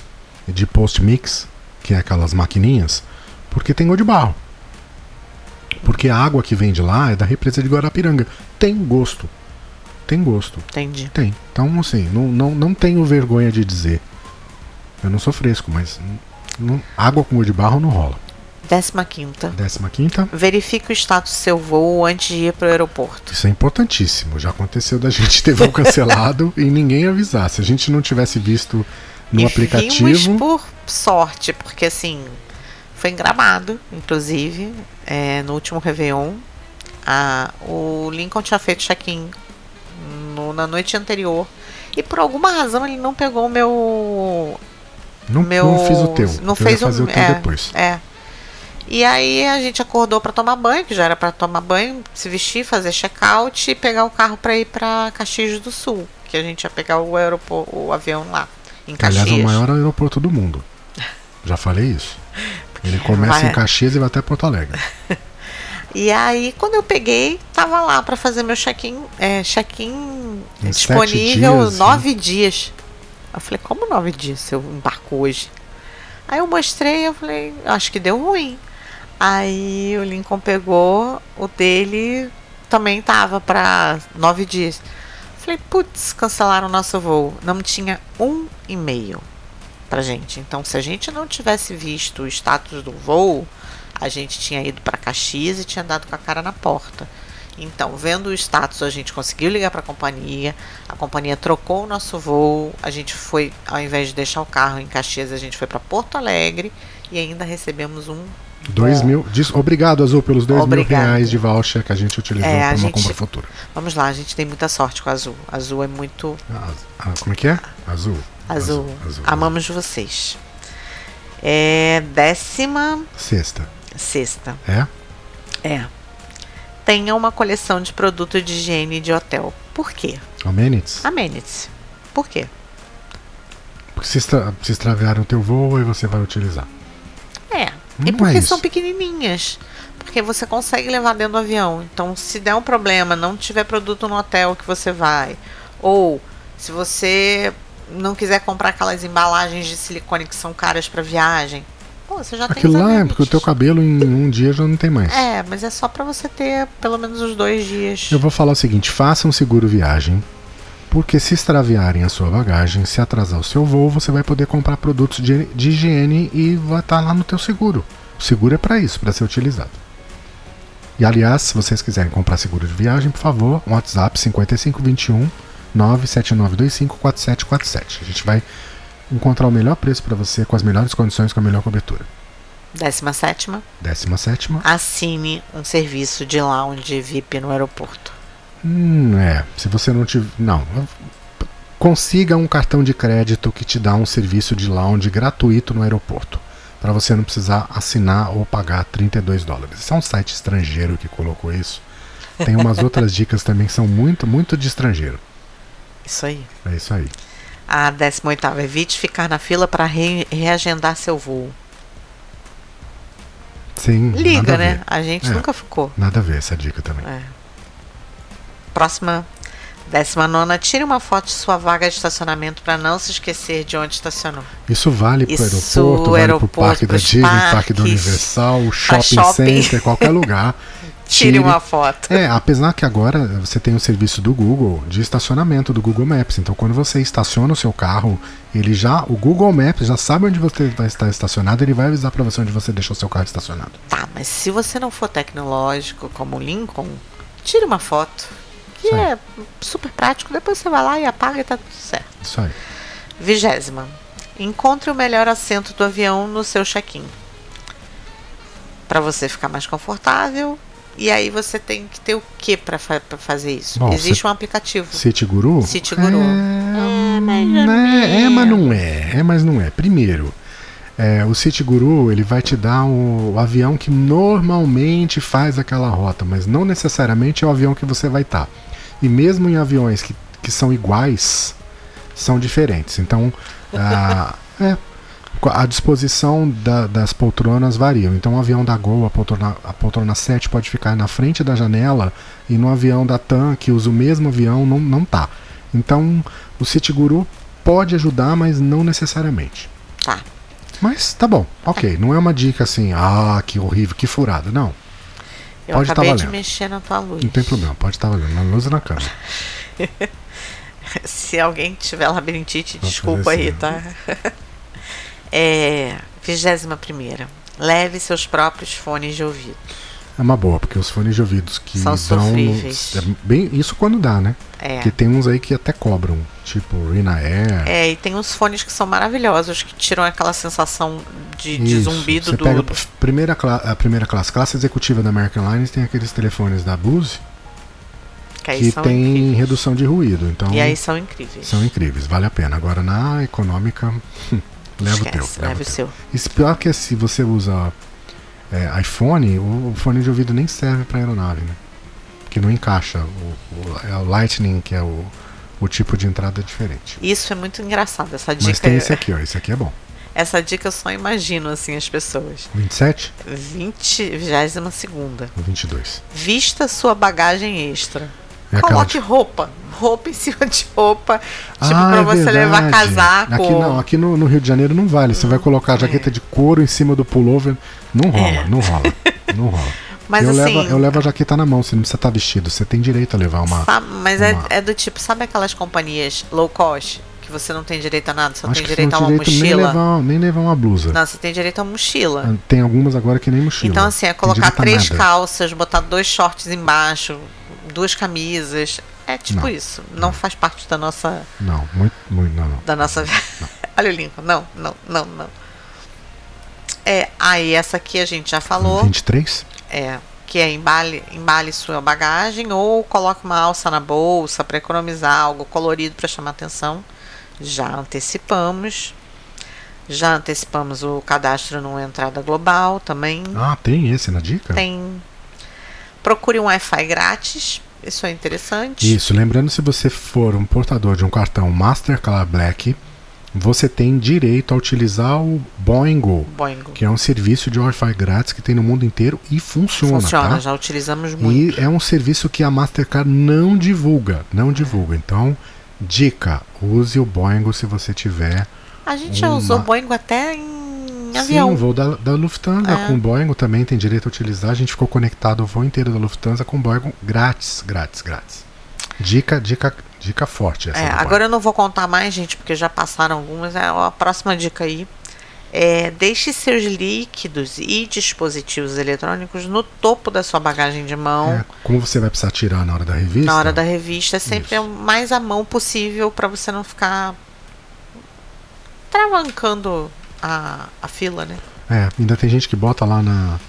A: de post mix, que é aquelas maquininhas, porque tem gosto de barro. Porque a água que vem de lá é da represa de Guarapiranga. Tem gosto. Tem gosto.
B: Entendi.
A: Tem. Então, assim, não, não, não tenho vergonha de dizer. Eu não sou fresco, mas n- não- água com gosto de barro não rola.
B: Décima quinta.
A: Décima quinta,
B: Verifique o status do seu voo antes de ir para o aeroporto.
A: isso é importantíssimo. Já aconteceu da gente ter voo cancelado e ninguém avisar. Se a gente não tivesse visto no
B: e um vimos
A: aplicativo,
B: por sorte, porque assim Foi em Gramado, inclusive, é, no último Réveillon. A, o Lincoln tinha feito check-in no- na noite anterior. E por alguma razão ele não pegou o meu.
A: Não,
B: meu
A: não fiz o teu.
B: Não
A: eu
B: fez
A: ia fazer o teu
B: é,
A: depois.
B: É. E aí a gente acordou pra tomar banho, que já era pra tomar banho, se vestir, fazer check-out e pegar o carro pra ir pra Caxias do Sul, que a gente ia pegar o aeroporto, o avião lá em Caxias.
A: Aliás, é o maior aeroporto do mundo. Já falei isso. Ele começa
B: Vai-
A: em Caxias e vai até Porto Alegre.
B: E aí quando eu peguei, tava lá pra fazer meu check-in, é, check-in
A: Em sete
B: disponível
A: dias, né?
B: nove dias. Eu falei, como nove dias se eu embarco hoje? Aí eu mostrei, eu falei, acho que deu ruim. Aí o Lincoln pegou, o dele também tava pra nove dias. Falei, putz, cancelaram o nosso voo. Não tinha um e-mail pra gente. Então, se a gente não tivesse visto o status do voo, a gente tinha ido pra Caxias e tinha dado com a cara na porta. Então, vendo o status, a gente conseguiu ligar pra companhia, a companhia trocou o nosso voo, a gente foi, ao invés de deixar o carro em Caxias, a gente foi pra Porto Alegre e ainda recebemos um
A: Dois
B: bom.
A: mil. Diz, obrigado, Azul, pelos dois mil
B: Obrigada.
A: reais de voucher que a gente utilizou
B: É, a
A: para uma
B: gente-
A: compra futura.
B: Vamos lá, a gente tem muita sorte com a Azul. A Azul é muito
A: Ah, ah, como é que é? Azul.
B: azul.
A: Azul.
B: Amamos vocês. É décima
A: Sexta.
B: sexta.
A: É?
B: É. Tenha uma coleção de produto de higiene de hotel. Por quê?
A: Amenities?
B: Amenities. Por quê? Ah.
A: Porque se, estra... se extraviar no teu voo, aí você vai utilizar.
B: É. E
A: Não
B: porque
A: é
B: são
A: isso.
B: pequenininhas. Porque você consegue levar dentro do avião. Então, se der um problema, não tiver produto no hotel que você vai, ou se você não quiser comprar aquelas embalagens de silicone que são caras para viagem, pô, você já
A: Aquilo
B: tem os
A: lá é porque o
B: amenities.
A: teu cabelo em um dia já não tem mais.
B: Tá É, mas é só para você ter pelo menos os dois dias.
A: Eu vou falar o seguinte: faça um seguro viagem. Porque se extraviarem a sua bagagem, se atrasar o seu voo, você vai poder comprar produtos de, de higiene e vai estar lá no teu seguro. O seguro é para isso, para ser utilizado. E aliás, se vocês quiserem comprar seguro de viagem, por favor, um WhatsApp 5521 97925 4747. A gente vai encontrar o melhor preço para você com as melhores condições, com a melhor cobertura.
B: Décima sétima,
A: 17.
B: assine um serviço de lounge VIP no aeroporto.
A: Hum, é. Se você não tiver. Não. Consiga um cartão de crédito que te dá um serviço de lounge gratuito no aeroporto. Para você não precisar assinar ou pagar 32 dólares. Isso é um site estrangeiro que colocou isso. Tem umas outras dicas também que são muito, muito de estrangeiro.
B: Isso aí.
A: É isso aí.
B: A décima oitava, evite ficar na fila para re- reagendar seu voo.
A: Sim. Hum, nada
B: Liga,
A: a
B: né?
A: ver.
B: A gente
A: É.
B: nunca ficou. É.
A: Nada a ver essa dica também.
B: Próxima, décima nona, tire uma foto de sua vaga de estacionamento para não se esquecer de onde estacionou.
A: Isso vale para o
B: Isso,
A: aeroporto, vale para o
B: aeroporto,
A: parque da
B: pros
A: Disney, parque da
B: parques,
A: Universal, shopping,
B: shopping.
A: center, qualquer lugar.
B: Tire uma foto.
A: É, apesar que agora você tem o serviço do Google de estacionamento do Google Maps. Então, quando você estaciona o seu carro, ele já o Google Maps já sabe onde você vai estar estacionado. Ele vai avisar pra você onde você deixou seu carro estacionado.
B: Tá, mas se você não for tecnológico como o Lincoln, tire uma foto. Que
A: Sim.
B: é super prático. Depois você vai lá e apaga e tá tudo certo.
A: Isso aí.
B: Vigésima. Encontre o melhor assento do avião no seu check-in. Para você ficar mais confortável. E aí você tem que ter o que para fazer isso?
A: Bom,
B: Existe
A: você-
B: um aplicativo.
A: City Guru.
B: City Guru.
A: É, né? É, mas não é. É, mas não é. Primeiro, é, o City Guru ele vai te dar o, o avião que normalmente faz aquela rota, mas não necessariamente é o avião que você vai estar. E mesmo em aviões que, que são iguais, são diferentes. Então, a, é, a disposição da- das poltronas variam. Então, o avião da Gol, a poltrona, a poltrona 7 pode ficar na frente da janela e no avião da TAM, que usa o mesmo avião, não, não tá. Então, o City Guru pode ajudar, mas não necessariamente.
B: Tá.
A: Mas tá bom, ok. Não é uma dica assim, ah, que horrível, que furada. Não,
B: Eu
A: Pode tá
B: acabei de
A: valendo.
B: mexer na tua luz.
A: não tem problema. Pode estar valendo na luz e na cama.
B: Se alguém tiver labirintite,
A: Não,
B: desculpa aí,
A: tudo
B: tá? é. 21. Leve seus próprios fones de ouvido.
A: É uma boa, porque os fones de ouvidos que
B: São
A: dão. no-
B: sofríveis.
A: é bem, isso quando dá, né?
B: É.
A: Que tem uns aí que até cobram, tipo Rina Air.
B: É, e tem uns fones que são maravilhosos, que tiram aquela sensação de, de
A: Isso.
B: zumbido
A: Você
B: do.
A: pega
B: do-
A: a primeira, cla- a primeira classe, classe executiva da American Airlines tem aqueles telefones da Buzz
B: que aí
A: que
B: É, são
A: tem
B: incríveis.
A: redução de ruído. Então
B: E aí são incríveis.
A: são incríveis, vale a pena. Agora na econômica, leva o teu.
B: Esquece,
A: Leva
B: leva o seu.
A: E se pior que é se você usa é, iPhone, o, o fone de ouvido nem serve para aeronave, né? Que não encaixa. O, o- é o Lightning, que é o, o tipo de entrada é diferente.
B: Isso é muito engraçado. Essa
A: Mas
B: dica,
A: tem esse aqui, ó. Esse aqui é bom.
B: essa dica eu só imagino assim as pessoas.
A: 27
B: 20, 22 segunda.
A: ou 22?
B: Vista sua bagagem extra.
A: É aquela
B: Coloque
A: de-
B: roupa. Roupa em cima de roupa. Tipo,
A: Ah,
B: pra
A: é
B: você levar
A: verdade.
B: casaco. É.
A: Aqui não, aqui no, no Rio de Janeiro não vale. Você vai colocar a jaqueta de couro em cima do pullover. Não rola, não rola. Não rola.
B: Mas
A: eu,
B: assim,
A: levo, eu levo a jaqueta na mão, você não precisa estar vestido. Você tem direito a levar uma.
B: sabe- mas é,
A: uma-
B: é do tipo, sabe aquelas companhias low cost que você não tem direito a nada, só
A: acho
B: tem
A: que você
B: direito a
A: não
B: uma
A: tem direito nem
B: mochila?
A: levar, nem levar uma blusa. Ah,
B: Não, você tem direito a mochila.
A: Tem algumas agora que nem mochila.
B: Então, assim, é
A: Tem
B: colocar
A: direito a
B: três
A: nada.
B: calças, botar dois shorts embaixo, duas camisas. É tipo
A: Não.
B: isso. Não, faz parte da nossa.
A: Não, muito, muito, não, não.
B: Da nossa... Olha o Lincoln. Não, não, não, não. É, aí essa aqui a gente já falou.
A: 23?
B: É, que é embale, embale sua bagagem ou coloque uma alça na bolsa para economizar algo colorido para chamar atenção. Já antecipamos. Já antecipamos o cadastro numa entrada global também.
A: Ah, tem esse na dica?
B: Uhum. Tem. Procure um Wi-Fi grátis. Isso é interessante.
A: Isso, lembrando, se você for um portador de um cartão Mastercard Black, você tem direito a utilizar o Boingo,
B: Boingo.
A: que é um serviço de Wi-Fi grátis que tem no mundo inteiro e funciona,
B: Funciona,
A: tá?
B: já utilizamos muito.
A: E é um serviço que a Mastercard não divulga, não divulga. Então, dica, use o Boingo se você tiver
B: A gente já
A: uma-
B: usou Boingo até em
A: Sim,
B: avião.
A: o voo da, da Lufthansa
B: É.
A: com o Boeing também tem direito a utilizar. A gente ficou conectado o voo inteiro da Lufthansa com o Boeing grátis, grátis, grátis. Dica, dica, dica forte essa.
B: É,
A: do Boeing.
B: agora eu não vou contar mais, gente, porque já passaram algumas. É, ó, A próxima dica aí é deixe seus líquidos e dispositivos eletrônicos no topo da sua bagagem de mão.
A: É, como você vai precisar tirar na hora da revista?
B: Na hora da revista, é sempre
A: Isso.
B: o mais à mão possível para você não ficar travancando a, a fila, né?
A: É, ainda tem gente que bota lá na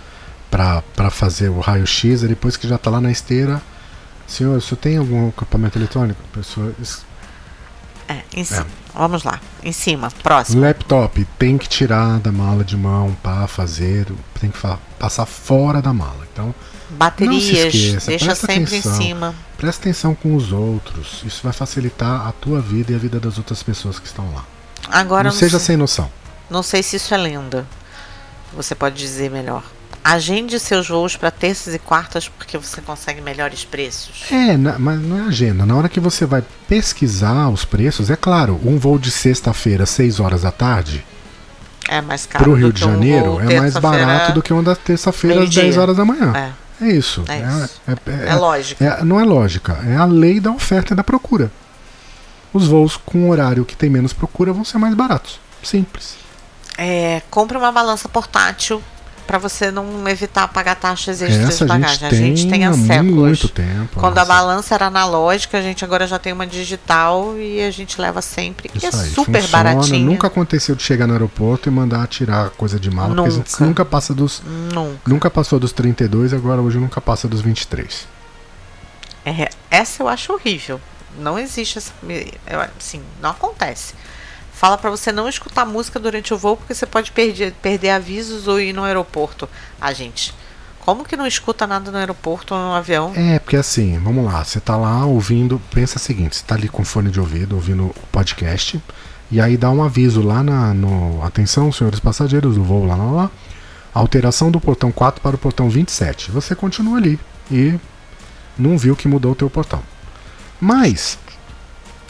A: pra, pra fazer o raio-x, e depois que já tá lá na esteira. Senhor, o senhor tem algum equipamento eletrônico? Pessoa, es-
B: É, em cima. Vamos lá. Em cima, próximo.
A: laptop tem que tirar da mala de mão para fazer, tem que fa- passar fora da mala. Então,
B: Baterias,
A: esqueça,
B: deixa
A: presta
B: sempre
A: atenção.
B: em cima.
A: Presta atenção com os outros. Isso vai facilitar a tua vida e a vida das outras pessoas que estão lá.
B: Agora
A: não
B: eu
A: seja
B: sei-
A: sem noção.
B: Não sei se isso é lenda. Você pode dizer melhor. Agende seus voos para terças e quartas porque você consegue melhores preços.
A: É, na- mas não é agenda. Na hora que você vai pesquisar os preços, é claro, um voo de sexta-feira, 6 horas da tarde,
B: É mais caro.
A: para o
B: do
A: Rio
B: que
A: de
B: um
A: Janeiro,
B: voo
A: é mais
B: terça-feira.
A: barato do que um da terça-feira, às
B: meio-dia.
A: 10 horas da manhã.
B: É,
A: É, isso.
B: É isso.
A: é-
B: é lógico.
A: É, não é lógica, é a lei da oferta e da procura. Os voos com horário que tem menos procura vão ser mais baratos. Simples.
B: É, compre uma balança portátil para você não evitar pagar taxas extras
A: Essa
B: de
A: a
B: bagagem.
A: gente, tem,
B: há
A: muito
B: séculos.
A: tempo.
B: Quando a
A: nossa.
B: balança era analógica, a gente agora já tem uma digital e a gente leva sempre. E é
A: Isso aí,
B: super
A: funciona.
B: baratinha.
A: Nunca aconteceu de chegar no aeroporto e mandar tirar coisa de mala, porque a gente
B: Nunca.
A: nunca passa dos
B: Nunca.
A: nunca passou dos 32, agora hoje nunca passa dos 23.
B: É, essa eu acho horrível. Não existe essa. eu- Assim, não acontece. Fala pra você não escutar música durante o voo porque você pode perder, perder avisos ou ir no aeroporto. Ah, gente, como que não escuta nada no aeroporto ou no avião?
A: É, porque assim, vamos lá, você tá lá ouvindo, pensa o seguinte, você tá ali com fone de ouvido, ouvindo o podcast, e aí dá um aviso lá na no atenção, senhores passageiros, do voo lá lá lá. Alteração do portão 4 para o portão 27. Você continua ali e não viu que mudou o teu portão. Mas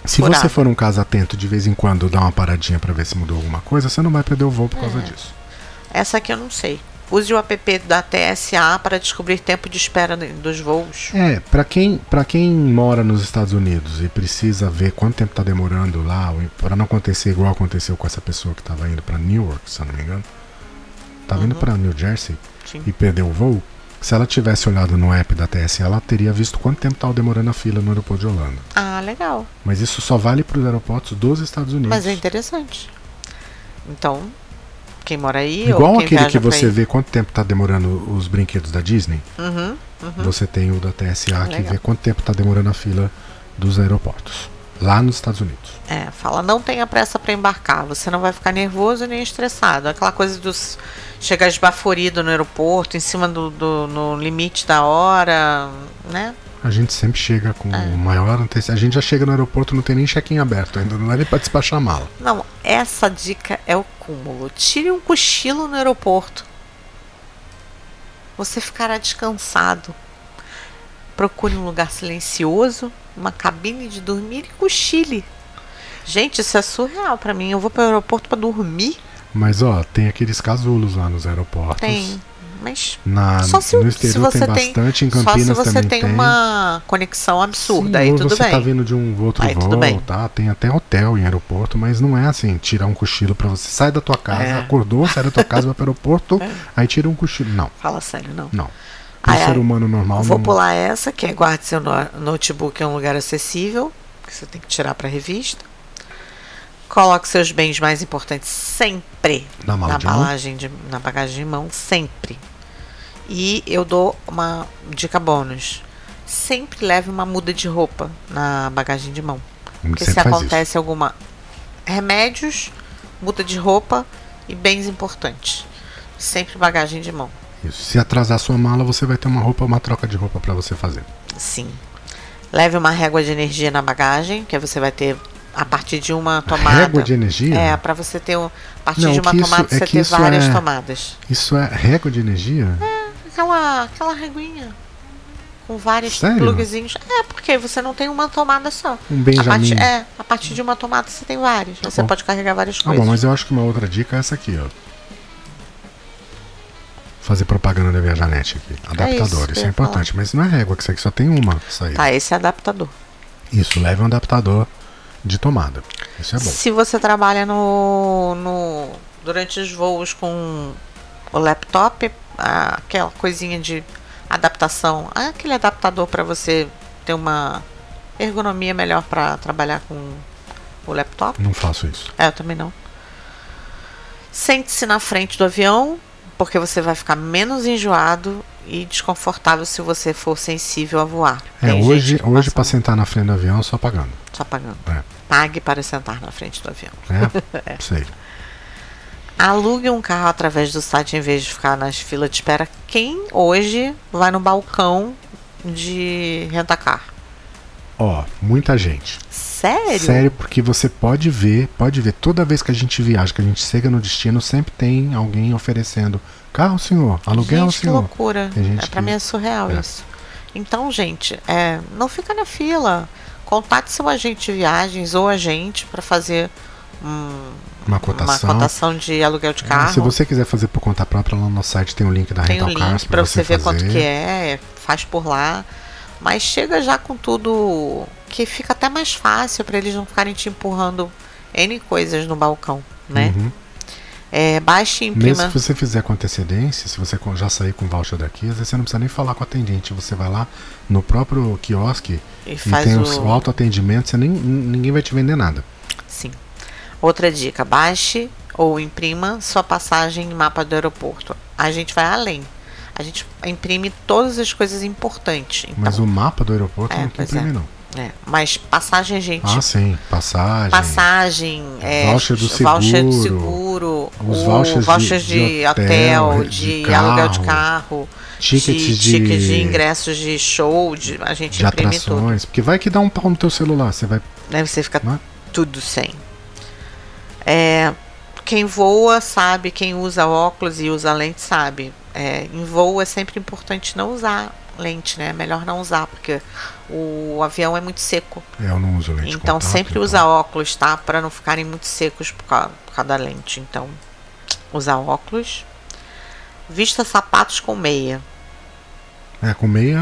A: se
B: Furado.
A: você for um caso atento de vez em quando dar uma paradinha pra ver se mudou alguma coisa, você não vai perder o voo por causa disso.
B: Essa aqui eu não sei. Use o app da TSA para descobrir tempo de espera ne- dos voos.
A: É, pra quem, pra quem mora nos Estados Unidos e precisa ver quanto tempo tá demorando lá, ou- pra não acontecer igual aconteceu com essa pessoa que tava indo pra Newark, se eu não me engano. Tava indo pra New Jersey
B: Sim.
A: e perdeu o voo. Se ela tivesse olhado no app da TSE, ela teria visto quanto tempo estava demorando a fila no aeroporto de Holanda.
B: Ah, legal.
A: Mas isso só vale para os aeroportos dos Estados Unidos.
B: Mas é interessante. Então, quem mora aí ou
A: Igual
B: quem
A: aquele
B: viaja
A: que
B: pra
A: você
B: aí.
A: vê quanto tempo está demorando os brinquedos da Disney,
B: Uhum, uhum.
A: você tem o da TSA que
B: Legal.
A: vê quanto tempo está demorando a fila dos aeroportos. Lá nos Estados Unidos.
B: É, fala, não tenha pressa para embarcar, você não vai ficar nervoso nem estressado. Aquela coisa dos chegar esbaforido no aeroporto, em cima do, do- no limite da hora, né?
A: A gente sempre chega com
B: É.
A: o maior antecedência. A gente já chega no aeroporto, não tem nem check-in aberto, ainda não é nem para despachar a mala.
B: Não, essa dica é o cúmulo. Tire um cochilo no aeroporto. Você ficará descansado. Procure um lugar silencioso, uma cabine de dormir e cochile. Gente, isso é surreal para mim. Eu vou para o aeroporto para dormir?
A: Mas ó, tem aqueles casulos lá nos aeroportos.
B: Tem. Mas
A: Na,
B: Só se,
A: no
B: se
A: exterior
B: você
A: tem
B: tem,
A: bastante, em
B: só
A: Campinas
B: se você
A: também
B: tem, uma conexão absurda,
A: Sim,
B: aí
A: ou
B: tudo
A: você
B: bem.
A: tá vindo de um outro
B: Aí tudo
A: voo,
B: bem.
A: tá? Tem até hotel em aeroporto, mas não é assim, tirar um cochilo pra você. Sai da tua casa,
B: É.
A: acordou, sai da tua casa, vai pro aeroporto, aí tira um cochilo. Não,
B: Fala sério, não.
A: não. Um
B: Ai, ai.
A: ser humano normal
B: Vou
A: não.
B: pular essa, que é guarde seu no- notebook em um lugar acessível, que você tem que tirar para revista. Coloque seus bens mais importantes sempre
A: Na mala
B: na,
A: de mão.
B: balagem de, na bagagem de mão, sempre. E eu dou uma dica bônus. Sempre leve uma muda de roupa na bagagem de mão.
A: sempre
B: Porque se
A: faz
B: acontece alguma. Remédios, muda de roupa e bens importantes. Sempre bagagem de mão.
A: isso. Isso. Se atrasar sua mala, você vai ter uma roupa, uma troca de roupa pra você fazer.
B: Sim. Leve uma régua de energia na bagagem, que aí você vai ter a partir de uma tomada.
A: Régua de energia?
B: É, para você ter um, a partir
A: Não,
B: de
A: o
B: uma
A: que isso-
B: tomada
A: é
B: você
A: que
B: ter
A: isso
B: várias
A: é-
B: tomadas.
A: Isso é régua de energia?
B: É, Aquela, aquela reguinha com vários
A: Sério?
B: pluguezinhos. É, porque você não tem uma tomada só.
A: Um
B: A
A: Benjamin. Tá
B: partir, é, a partir de uma tomada você tem várias. Você
A: bom.
B: pode carregar várias
A: Ah,
B: coisas.
A: bom, mas eu acho que uma outra dica é essa aqui, ó. Fazer propaganda da Viajanete aqui. Adaptador,
B: isso que
A: isso,
B: eu
A: é
B: ia
A: importante. Mas isso não é régua, que isso aqui só tem uma saída.
B: Tá, esse é adaptador.
A: Isso, leve um adaptador de tomada. Isso é bom.
B: Se você trabalha no, no- durante os voos com o laptop, ah, aquela coisinha de adaptação, ah, aquele adaptador para você ter uma ergonomia melhor para trabalhar com o laptop.
A: Não faço isso.
B: É, eu também não. Sente-se na frente do avião, porque você vai ficar menos enjoado e desconfortável se você for sensível a voar.
A: É,
B: Tem gente
A: hoje,
B: que
A: hoje
B: passa
A: pra sentar na frente do avião eu só pagando.
B: só pagando.
A: É.
B: Pague para sentar na frente do avião.
A: É? Sei.
B: Alugue um carro através do site em vez de ficar nas filas de espera. Quem hoje vai no balcão de rentacar?
A: Ó, muita gente.
B: Sério?
A: Sério, porque você pode ver, pode ver, toda vez que a gente viaja, que a gente chega no destino, sempre tem alguém oferecendo carro, senhor, aluguel,
B: gente, que
A: senhor.
B: loucura.
A: Tem gente
B: É, pra
A: que-
B: mim é surreal
A: É.
B: isso. Então, gente, é, não fica na fila. Contate seu agente de viagens ou agente para fazer hum,
A: Uma cotação. É,
B: uma cotação de aluguel de carro.
A: Se você quiser fazer por conta própria, lá no nosso site tem o link da
B: Tem o
A: Rental Cars
B: link
A: pra
B: para você ver quanto
A: fazer.
B: que é, faz por lá. Mas chega já com tudo que fica até mais fácil para eles não ficarem te empurrando N coisas no balcão, né?
A: Uhum.
B: É, baixe e imprima.
A: Mesmo se você fizer com antecedência, se você co- já sair com voucher daqui, às vezes você não precisa nem falar com o atendente. Você vai lá no próprio quiosque
B: E
A: e,
B: faz
A: tem
B: o- Tá
A: o, s- o autoatendimento, você nem, n- ninguém vai te vender nada.
B: Sim. Outra dica: baixe ou imprima sua passagem em mapa do aeroporto. A gente vai além. A gente imprime todas as coisas importantes. Então,
A: Mas o mapa do aeroporto
B: É,
A: não tem
B: pois
A: imprimir, não.
B: é, mas passagem, gente.
A: Ah, sim. Passagem.
B: passagem, é,
A: Voucher do
B: os voucher do
A: seguro,
B: seguro,
A: os
B: o
A: vouchers de-
B: vouchers de,
A: de
B: hotel,
A: hotel,
B: de,
A: de carro,
B: aluguel de carro,
A: tickets
B: de,
A: de-
B: tickets de ingressos de show, de, a gente
A: de
B: imprime tudo.
A: atrações. Porque vai que dá um pau no teu celular. Você vai.
B: Né? Você fica
A: Né?
B: tudo sem. É, quem voa sabe, quem usa óculos e usa lente sabe. É, em voo é sempre importante não usar lente, né? É melhor não usar, porque o avião é muito seco.
A: É, Eu não uso lente. de
B: Então
A: contato,
B: sempre
A: então.
B: usa óculos, tá? Para não ficarem muito secos por causa, por causa da lente. Então, usar óculos. Vista sapatos com meia.
A: É, com meia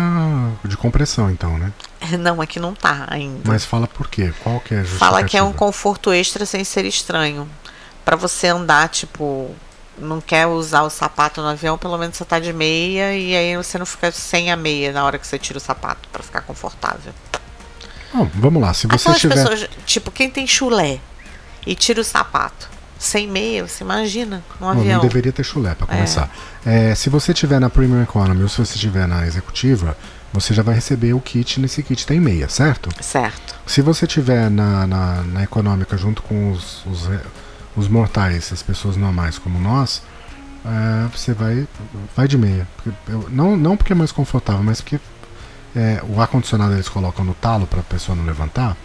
A: de compressão, então, né?
B: Não, aqui não tá ainda.
A: Mas fala por quê? Qual que é a
B: Fala que é um
A: justificativa?
B: conforto extra sem ser estranho. Pra você andar, tipo, não quer usar o sapato no avião, pelo menos você tá de meia e aí você não fica sem a meia na hora que você tira o sapato para ficar confortável.
A: Não, vamos lá, se você
B: Aquelas
A: tiver.
B: pessoas, tipo, quem tem chulé e tira o sapato sem meia, você imagina, um
A: Não,
B: avião.
A: não deveria ter chulé para começar. É, se você tiver na Premium Economy ou se você tiver na Executiva, você já vai receber o kit. Nesse kit tem meia, certo?
B: Certo.
A: Se você tiver na, na, na econômica junto com os, os, re- os mortais, as pessoas normais como nós, é, você vai, vai de meia. Porque eu- não, não porque é mais confortável, mas porque é, o ar-condicionado eles colocam no talo para a pessoa não levantar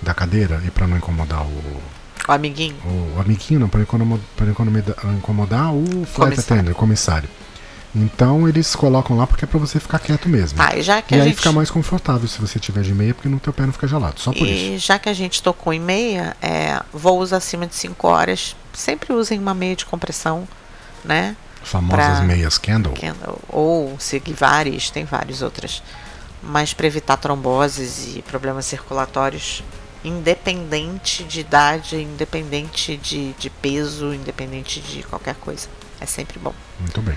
A: da cadeira e para não incomodar o,
B: O amiguinho.
A: o amiguinho, não, para incomodar, incomodar o flight
B: Comissário.
A: attendant, o comissário. Então eles colocam lá porque é para você ficar quieto mesmo.
B: Tá, e já que
A: e
B: a
A: aí
B: gente.
A: fica mais confortável se você tiver de meia, porque no teu pé não fica gelado, só por isso.
B: E já que a gente tocou em meia, é, voos acima de 5 horas, sempre usem uma meia de compressão, né?
A: Famosas
B: pra-
A: meias Candle.
B: Que- é, Ou Seguivares, tem várias outras. Mas para evitar tromboses e problemas circulatórios, independente de idade, independente de, de peso, independente de qualquer coisa. É sempre bom.
A: Muito bem.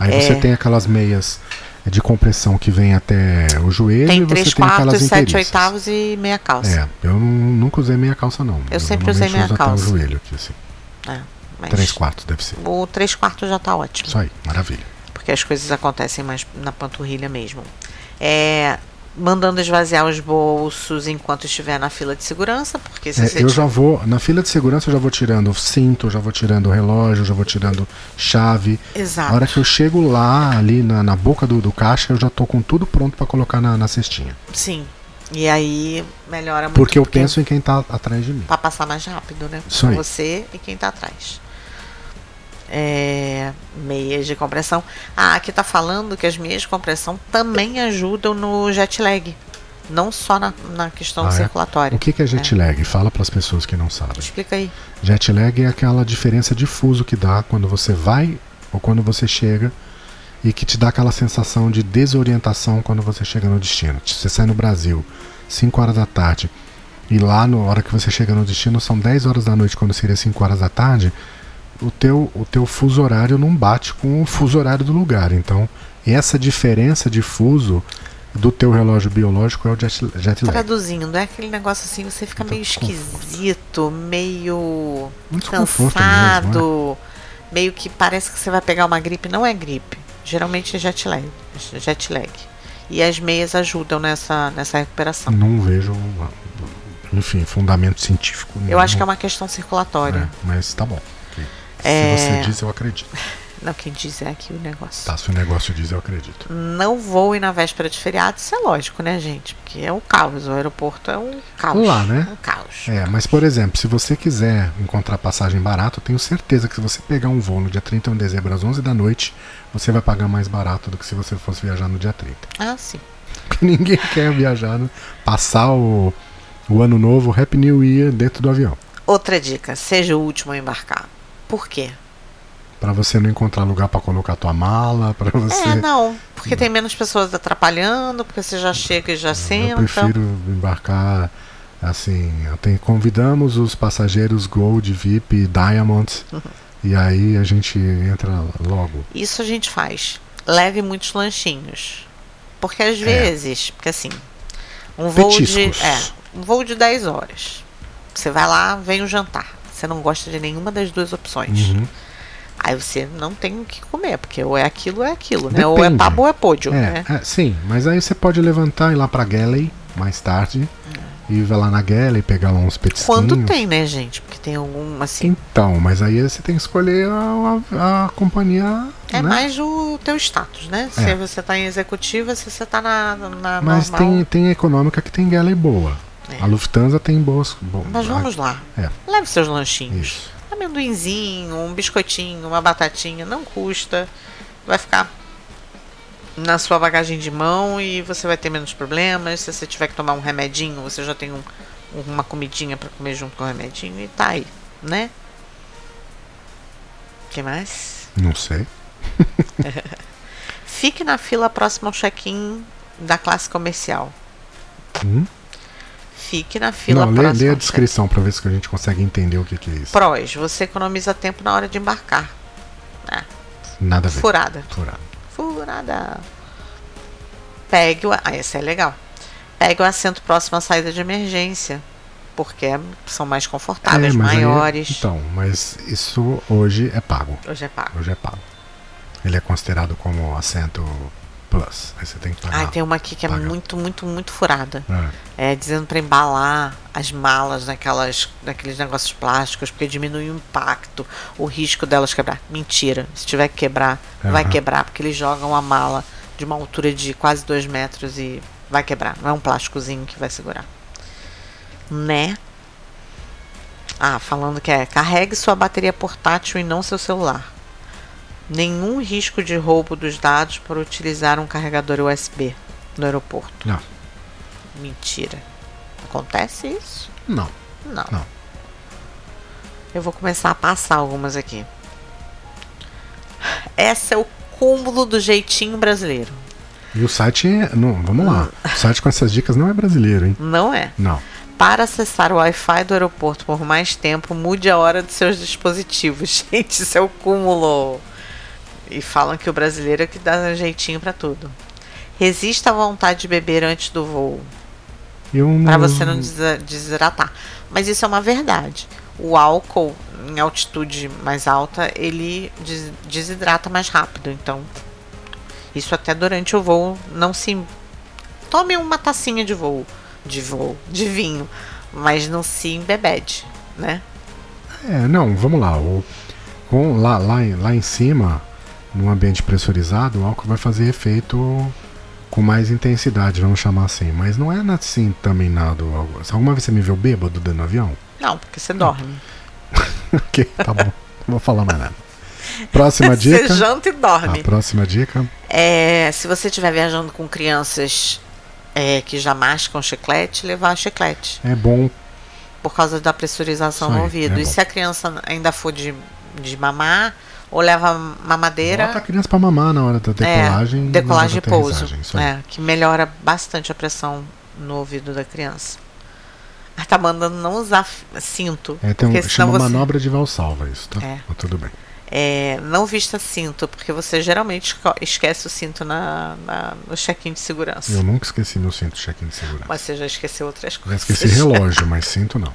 A: Aí você
B: É.
A: tem aquelas meias de compressão que vem até o joelho
B: Tem
A: e você
B: 3
A: tem aquelas
B: quartos, 7
A: inteiriças.
B: oitavos e meia calça.
A: É, eu nu- nunca usei meia calça não.
B: Eu sempre usei
A: normalmente
B: meia
A: uso até
B: calça.
A: o joelho aqui, assim.
B: É, mas
A: Três quartos deve ser.
B: o 3 quartos já tá ótimo.
A: Isso aí, maravilha.
B: porque as coisas acontecem mais na panturrilha mesmo. É, mandando esvaziar os bolsos enquanto estiver na fila de segurança, porque se
A: É,
B: você
A: eu
B: tiver-
A: já vou, na fila de segurança eu já vou tirando o cinto, eu já vou tirando o relógio, eu já vou tirando chave.
B: Exato.
A: A hora que eu chego lá, ali na, na boca do, do caixa, eu já tô com tudo pronto pra colocar na, na cestinha.
B: Sim. E aí melhora muito.
A: Porque eu penso em quem tá atrás de mim.
B: Pra passar mais rápido, né?
A: Isso aí.
B: Você e quem tá atrás. É, meias de compressão. Ah, aqui tá falando que as meias de compressão também ajudam no jet lag. Não só na, na questão
A: Ah, é?
B: circulatória.
A: O que, que é jet lag? Fala pras pessoas que não sabem.
B: Explica aí.
A: Jet lag é aquela diferença de fuso que dá quando você vai ou quando você chega e que te dá aquela sensação de desorientação quando você chega no destino. Você sai no Brasil 5 horas da tarde e lá na hora que você chega no destino são 10 horas da noite, quando seria 5 horas da tarde, o teu, o teu fuso horário não bate com o fuso horário do lugar. Então, essa diferença de fuso do teu relógio biológico é o jet, jet lag.
B: Traduzindo, é aquele negócio assim, você fica
A: Muito
B: meio
A: desconforto.
B: esquisito, meio
A: Muito desconforto
B: cansado,
A: mesmo, é?
B: meio que parece que você vai pegar uma gripe. Não é gripe, geralmente é jet lag. Jet lag. E as meias ajudam nessa, nessa recuperação.
A: Não vejo, enfim, fundamento científico.
B: Eu acho que é
A: nenhum.
B: uma questão circulatória.
A: É, mas tá bom. ok.
B: É.
A: Se você diz, eu acredito.
B: Não, quem diz é aqui o negócio.
A: Tá, se o negócio diz, eu acredito.
B: Não voe na véspera de feriado, isso é lógico, né, gente? Porque é um caos. O aeroporto é um caos.
A: Lá, né?
B: Um caos.
A: É, mas por exemplo, se você quiser encontrar passagem barata, eu tenho certeza que se você pegar um voo no dia 31 de dezembro às 11 da noite, você vai pagar mais barato do que se você fosse viajar no dia 30.
B: Ah, sim.
A: Porque ninguém quer viajar, né? Passar o, o ano novo, o Happy New Year, dentro do avião.
B: Outra dica, seja o último a embarcar. Por quê?
A: Pra você não encontrar lugar pra colocar tua mala, pra você.
B: É, não, porque tem menos pessoas atrapalhando, porque você já chega e já
A: Eu
B: senta.
A: prefiro embarcar assim. Tem, convidamos os passageiros Gold, VIP, Diamond. e aí a gente entra logo.
B: Isso a gente faz. Leve muitos lanchinhos. Porque às vezes, porque assim, um voo
A: É. Petiscos.
B: de. É, um voo de 10 horas. Você vai lá, vem o jantar. Você não gosta de nenhuma das duas opções.
A: Uhum.
B: Aí você não tem o que comer, porque ou é aquilo ou é aquilo, né? Ou é
A: Depende.
B: pabo ou é pódio, né?
A: É, é, sim, mas aí você pode levantar e ir lá pra Galley mais tarde. E vai lá na Galley pegar lá uns petisquinhos.
B: É. Quando tem, né, gente? Porque tem algum, assim,
A: Então, mas aí você tem que escolher a, a- a companhia. né?
B: É
A: É.
B: mais o teu status, né? Se você tá em executiva, se você tá na, na
A: Mas
B: normal.
A: tem, tem econômica que tem Galley boa.
B: É.
A: A Lufthansa tem boas. Bo
B: Mas vamos lá.
A: É.
B: Leve seus lanchinhos.
A: Isso.
B: Amendoinzinho, um biscoitinho, uma batatinha, não custa. Vai ficar na sua bagagem de mão e você vai ter menos problemas. Se você tiver que tomar um remedinho, você já tem um- uma comidinha pra comer junto com o remedinho e tá aí, né? O que mais?
A: Não sei.
B: Fique na fila próxima ao check-in da classe comercial.
A: Hum?
B: Fique na fila
A: Não, lê,
B: próxima.
A: lê a
B: ao check-in.
A: descrição pra ver se a gente consegue entender o que, que é isso.
B: Prós, você economiza tempo na hora de embarcar.
A: Nada a ver. É,
B: Furada.
A: Furado.
B: Furada. Pegue o. Ah, essa é legal. Pegue o assento próximo à saída de emergência. Porque é, são mais confortáveis,
A: É, mas aí-
B: maiores.
A: então, mas isso hoje é pago.
B: Hoje é pago.
A: Hoje é pago. Ele é considerado como assento plus. Aí você tem que pagar.
B: Ai, tem uma aqui que é
A: paga.
B: muito, muito, muito furada.
A: Ah,
B: É, dizendo pra embalar as malas naquelas, naqueles negócios plásticos, porque diminui o impacto, o risco delas quebrar. Mentira, se tiver que quebrar, vai
A: Aham.
B: quebrar, porque eles jogam a mala de uma altura de quase dois metros e vai quebrar. Não é um plásticozinho que vai segurar. Né? Ah, falando que é carregue sua bateria portátil e não seu celular. Nenhum risco de roubo dos dados por utilizar um carregador USB no aeroporto.
A: não.
B: Mentira. Acontece isso?
A: Não.
B: Não.
A: Não.
B: Eu vou começar a passar algumas aqui. Essa é o cúmulo do jeitinho brasileiro.
A: E o site. é- Não, vamos lá. O site com essas dicas não é brasileiro, hein?
B: Não é?
A: Não.
B: Para acessar o Wi-Fi do aeroporto por mais tempo, mude a hora dos seus dispositivos. Gente, isso é o cúmulo. E falam que o brasileiro é que dá um jeitinho pra tudo. Resista à vontade de beber antes do voo.
A: Eu não.
B: Pra você não desa- desidratar. Mas isso é uma verdade. O álcool em altitude mais alta, ele des- desidrata mais rápido. Então, isso até durante o voo não se tome uma tacinha de voo, de voo, de vinho, mas não se embebede, né?
A: É, não, vamos lá. O, com, lá, lá, em- lá em cima, num ambiente pressurizado, o álcool vai fazer efeito com mais intensidade, vamos chamar assim. Mas não é na- assim também nada. o álcool. Alguma vez você me viu bêbado dentro do avião?
B: Não, porque você
A: Uhum.
B: dorme.
A: ok, tá bom. Não vou falar mais nada. Próxima
B: Você
A: dica. Ah, tá.
B: janta e
A: A
B: dorme.
A: próxima dica.
B: É, se você estiver viajando com crianças é, que já mascam chiclete, levar chiclete.
A: É bom.
B: por causa da pressurização
A: Isso aí,
B: no ouvido.
A: é
B: e
A: bom.
B: se a criança ainda for de, de mamar, ou leva mamadeira,
A: Bota a criança pra mamar na hora da decolagem. e
B: é,
A: na
B: decolagem e
A: hora da
B: pouso,
A: aterrissagem, Isso aí.
B: é, que melhora bastante a pressão no ouvido da criança. Mas tá mandando não usar f- cinto,
A: É, tem um,
B: porque senão
A: chama
B: você
A: manobra de Valsalva isso, tá?
B: É.
A: Mas tudo bem.
B: é, não vista cinto, porque você geralmente esco- esquece o cinto na, na- no check-in de segurança.
A: Eu nunca esqueci meu cinto de check-in de segurança.
B: Mas você já esqueceu outras
A: Já
B: coisas.
A: esqueci relógio, mas cinto não.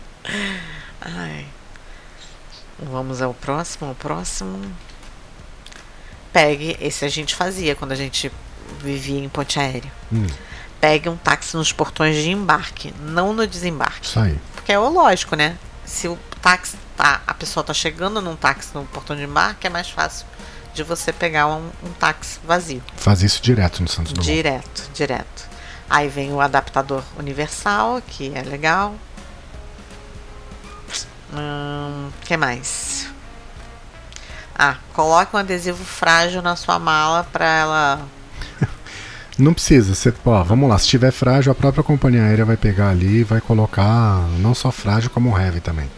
B: Ai. Vamos ao próximo, ao próximo. Pegue, esse a gente fazia quando a gente vivia em ponte aérea.
A: Hum,
B: Pegue um táxi nos portões de embarque, não no desembarque.
A: isso aí.
B: Porque é o lógico, né? Se o táxi tá, a pessoa tá chegando num táxi no portão de embarque, é mais fácil de você pegar um, um táxi vazio.
A: Faz isso direto no Santos Dumont.
B: Direto, direto. Aí vem o adaptador universal, que é legal. Hum, que mais? Ah, coloque um adesivo frágil na sua mala para ela.
A: Não precisa, você, ó, vamos lá, se tiver frágil, a própria companhia aérea vai pegar ali e vai colocar não só frágil, como heavy também.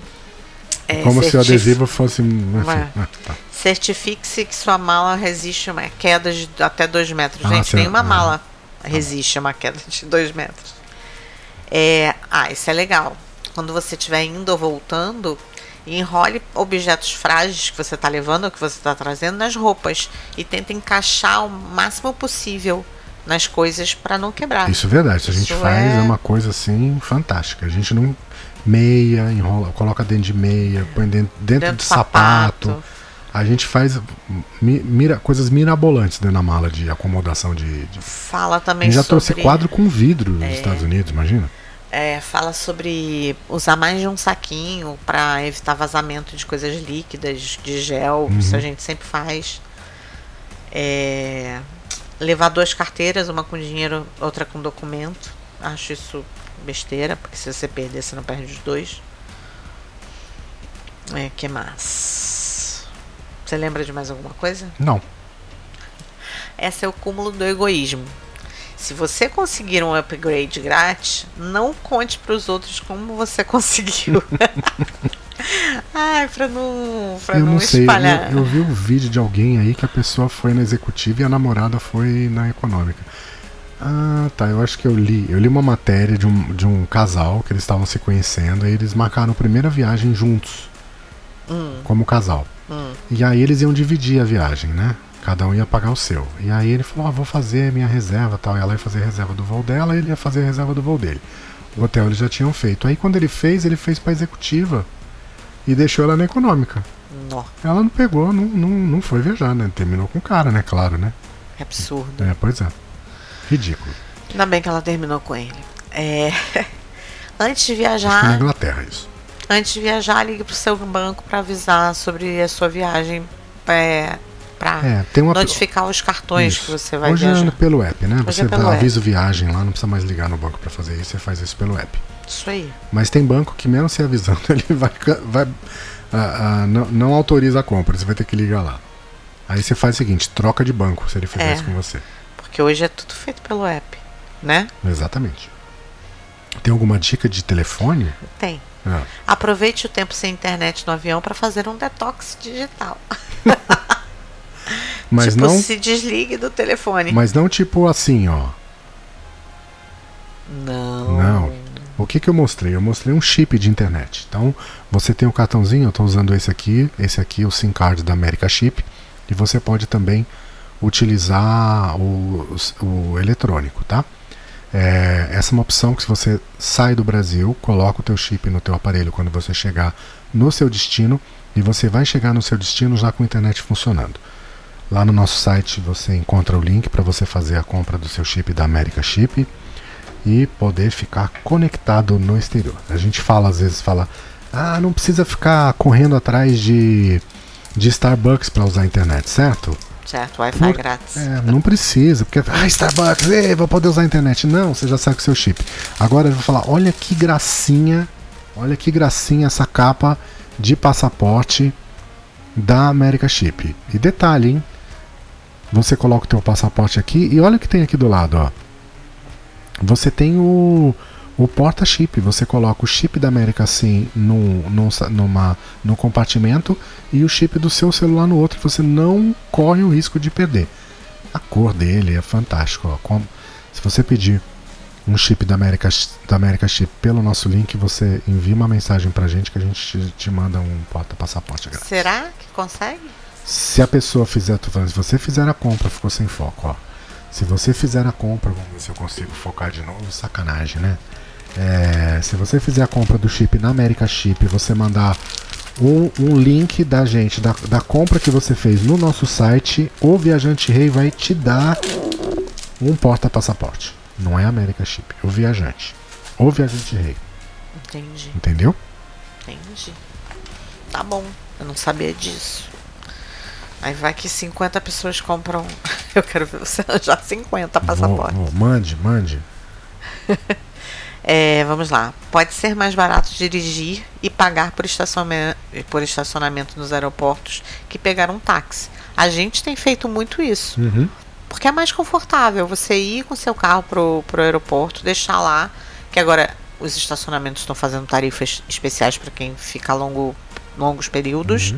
B: é,
A: como se o
B: certif-
A: adesivo fosse. Enfim,
B: Ué.
A: ah, tá.
B: Certifique-se que sua mala resiste a uma queda de até 2 metros.
A: Ah,
B: Gente,
A: cer-
B: nenhuma
A: ah.
B: mala resiste a uma queda de 2 metros. É, ah, isso é legal. Quando você estiver indo ou voltando, enrole objetos frágeis que você está levando ou que você está trazendo nas roupas e tenta encaixar o máximo possível nas coisas para não quebrar.
A: Isso é verdade, isso a gente
B: Isso
A: faz é...
B: é-
A: uma coisa assim fantástica. A gente não meia, enrola, coloca dentro de meia, põe dentro, dentro,
B: Dentro
A: de
B: do
A: sapato.
B: sapato.
A: A gente faz mi- mira, coisas mirabolantes dentro da mala de acomodação de. de...
B: Fala
A: A
B: também
A: gente já
B: sobre
A: trouxe quadro com vidro nos Estados Unidos, imagina?
B: É, fala sobre usar mais de um saquinho para evitar vazamento de coisas líquidas, de gel, isso a gente sempre faz. É, levar duas carteiras, uma com dinheiro, outra com documento. Acho isso besteira, porque se você perder, você não perde os dois. É, que mais? Você lembra de mais alguma coisa?
A: Não.
B: Esse é o cúmulo do egoísmo. Se você conseguir um upgrade grátis, não conte para os outros como você conseguiu. Ai, para não, pra
A: eu
B: não,
A: não sei,
B: espalhar.
A: eu, eu vi um vídeo de alguém aí que a pessoa foi na executiva e a namorada foi na econômica. Ah, tá, eu acho que eu li. Eu li uma matéria de um, de um casal que eles estavam se conhecendo e eles marcaram a primeira viagem juntos,
B: Hum,
A: como casal.
B: hum.
A: E aí eles iam dividir a viagem, né? Cada um ia pagar o seu. E aí ele falou: ah, vou fazer minha reserva tal. E ela ia fazer a reserva do voo dela, ele ia fazer a reserva do voo dele. O hotel eles já tinham feito. Aí quando ele fez, ele fez pra executiva. E deixou ela na econômica.
B: Nó,
A: Ela não pegou, não, não, não foi viajar, né? Terminou com o cara, né? Claro, né?
B: é absurdo.
A: É, pois é. Ridículo.
B: Ainda bem que ela terminou com ele. É. Antes de
A: Acho que é na
B: viajar,
A: Inglaterra isso.
B: antes de viajar, ligue pro seu banco para avisar sobre a sua viagem é, para
A: É, tem uma.
B: notificar os cartões
A: Isso.
B: que você vai
A: Hoje
B: viajar.
A: é pelo app, né? Você
B: é pelo
A: avisa viagem lá, não precisa mais ligar no banco pra fazer isso, você faz isso pelo app.
B: Isso aí.
A: Mas tem banco que mesmo se avisando, ele vai. ca- vai ah, ah, não, não autoriza a compra, você vai ter que ligar lá. Aí você faz o seguinte, troca de banco se ele fizer
B: É.
A: isso com você.
B: Porque hoje é tudo feito pelo app, né?
A: Exatamente. Tem alguma dica de telefone?
B: Tem.
A: Ah,
B: Aproveite o tempo sem internet no avião para fazer um detox digital.
A: mas
B: tipo,
A: não.
B: se desligue do telefone.
A: Mas não tipo assim, ó.
B: Não.
A: Não. O que, que eu mostrei? Eu mostrei um chip de internet. Então, você tem o cartãozinho, eu estou usando esse aqui, esse aqui é o SIM card da América Chip, e você pode também utilizar o, o eletrônico, tá? É, essa é uma opção que se você sai do Brasil, coloca o teu chip no teu aparelho quando você chegar no seu destino, e você vai chegar no seu destino já com a internet funcionando. Lá no nosso site você encontra o link para você fazer a compra do seu chip da América Chip e poder ficar conectado no exterior. A gente fala, às vezes, fala, ah, não precisa ficar correndo atrás de, de Starbucks para usar a internet, certo?
B: Certo, Wi-Fi
A: Por-
B: grátis.
A: É, não precisa, porque, ah, Starbucks, ei, vou poder usar a internet. Não, você já sai com seu chip. Agora eu vou falar, olha que gracinha, olha que gracinha essa capa de passaporte da América Chip. E detalhe, hein? Você coloca o teu passaporte aqui e olha o que tem aqui do lado, ó. Você tem o, o porta-chip. Você coloca o chip da América Sim num, num, sa- numa, num compartimento e o chip do seu celular no outro. Você não corre o risco de perder. A cor dele é fantástica. ó. Com- se você pedir um chip da América, da América Chip pelo nosso link, você envia uma mensagem pra gente que a gente te, te manda um porta-passaporte grátis.
B: Será que consegue?
A: Se a pessoa fizer, tô falando, se você fizer a compra, ficou sem foco, ó. Se você fizer a compra, vamos ver se eu consigo focar de novo, sacanagem, né? É, se você fizer a compra do chip na América Chip, você mandar um, um link da gente, da, da compra que você fez no nosso site, o Viajante Rei vai te dar um porta-passaporte. Não é América Chip, é o Viajante. O Viajante Rei,
B: Entendi,
A: entendeu?
B: entendi. Tá bom, eu não sabia disso. Aí vai que 50 pessoas compram. um. Eu quero ver você arranjar 50 passaportes.
A: Vou- vou- mande, mande.
B: É, vamos lá. Pode ser mais barato dirigir e pagar por estacionamento, por estacionamento nos aeroportos que pegar um táxi. A gente tem feito muito isso.
A: Uhum.
B: Porque é mais confortável você ir com seu carro pro, pro aeroporto, deixar lá, que agora os estacionamentos estão fazendo tarifas especiais para quem fica longo, longos períodos.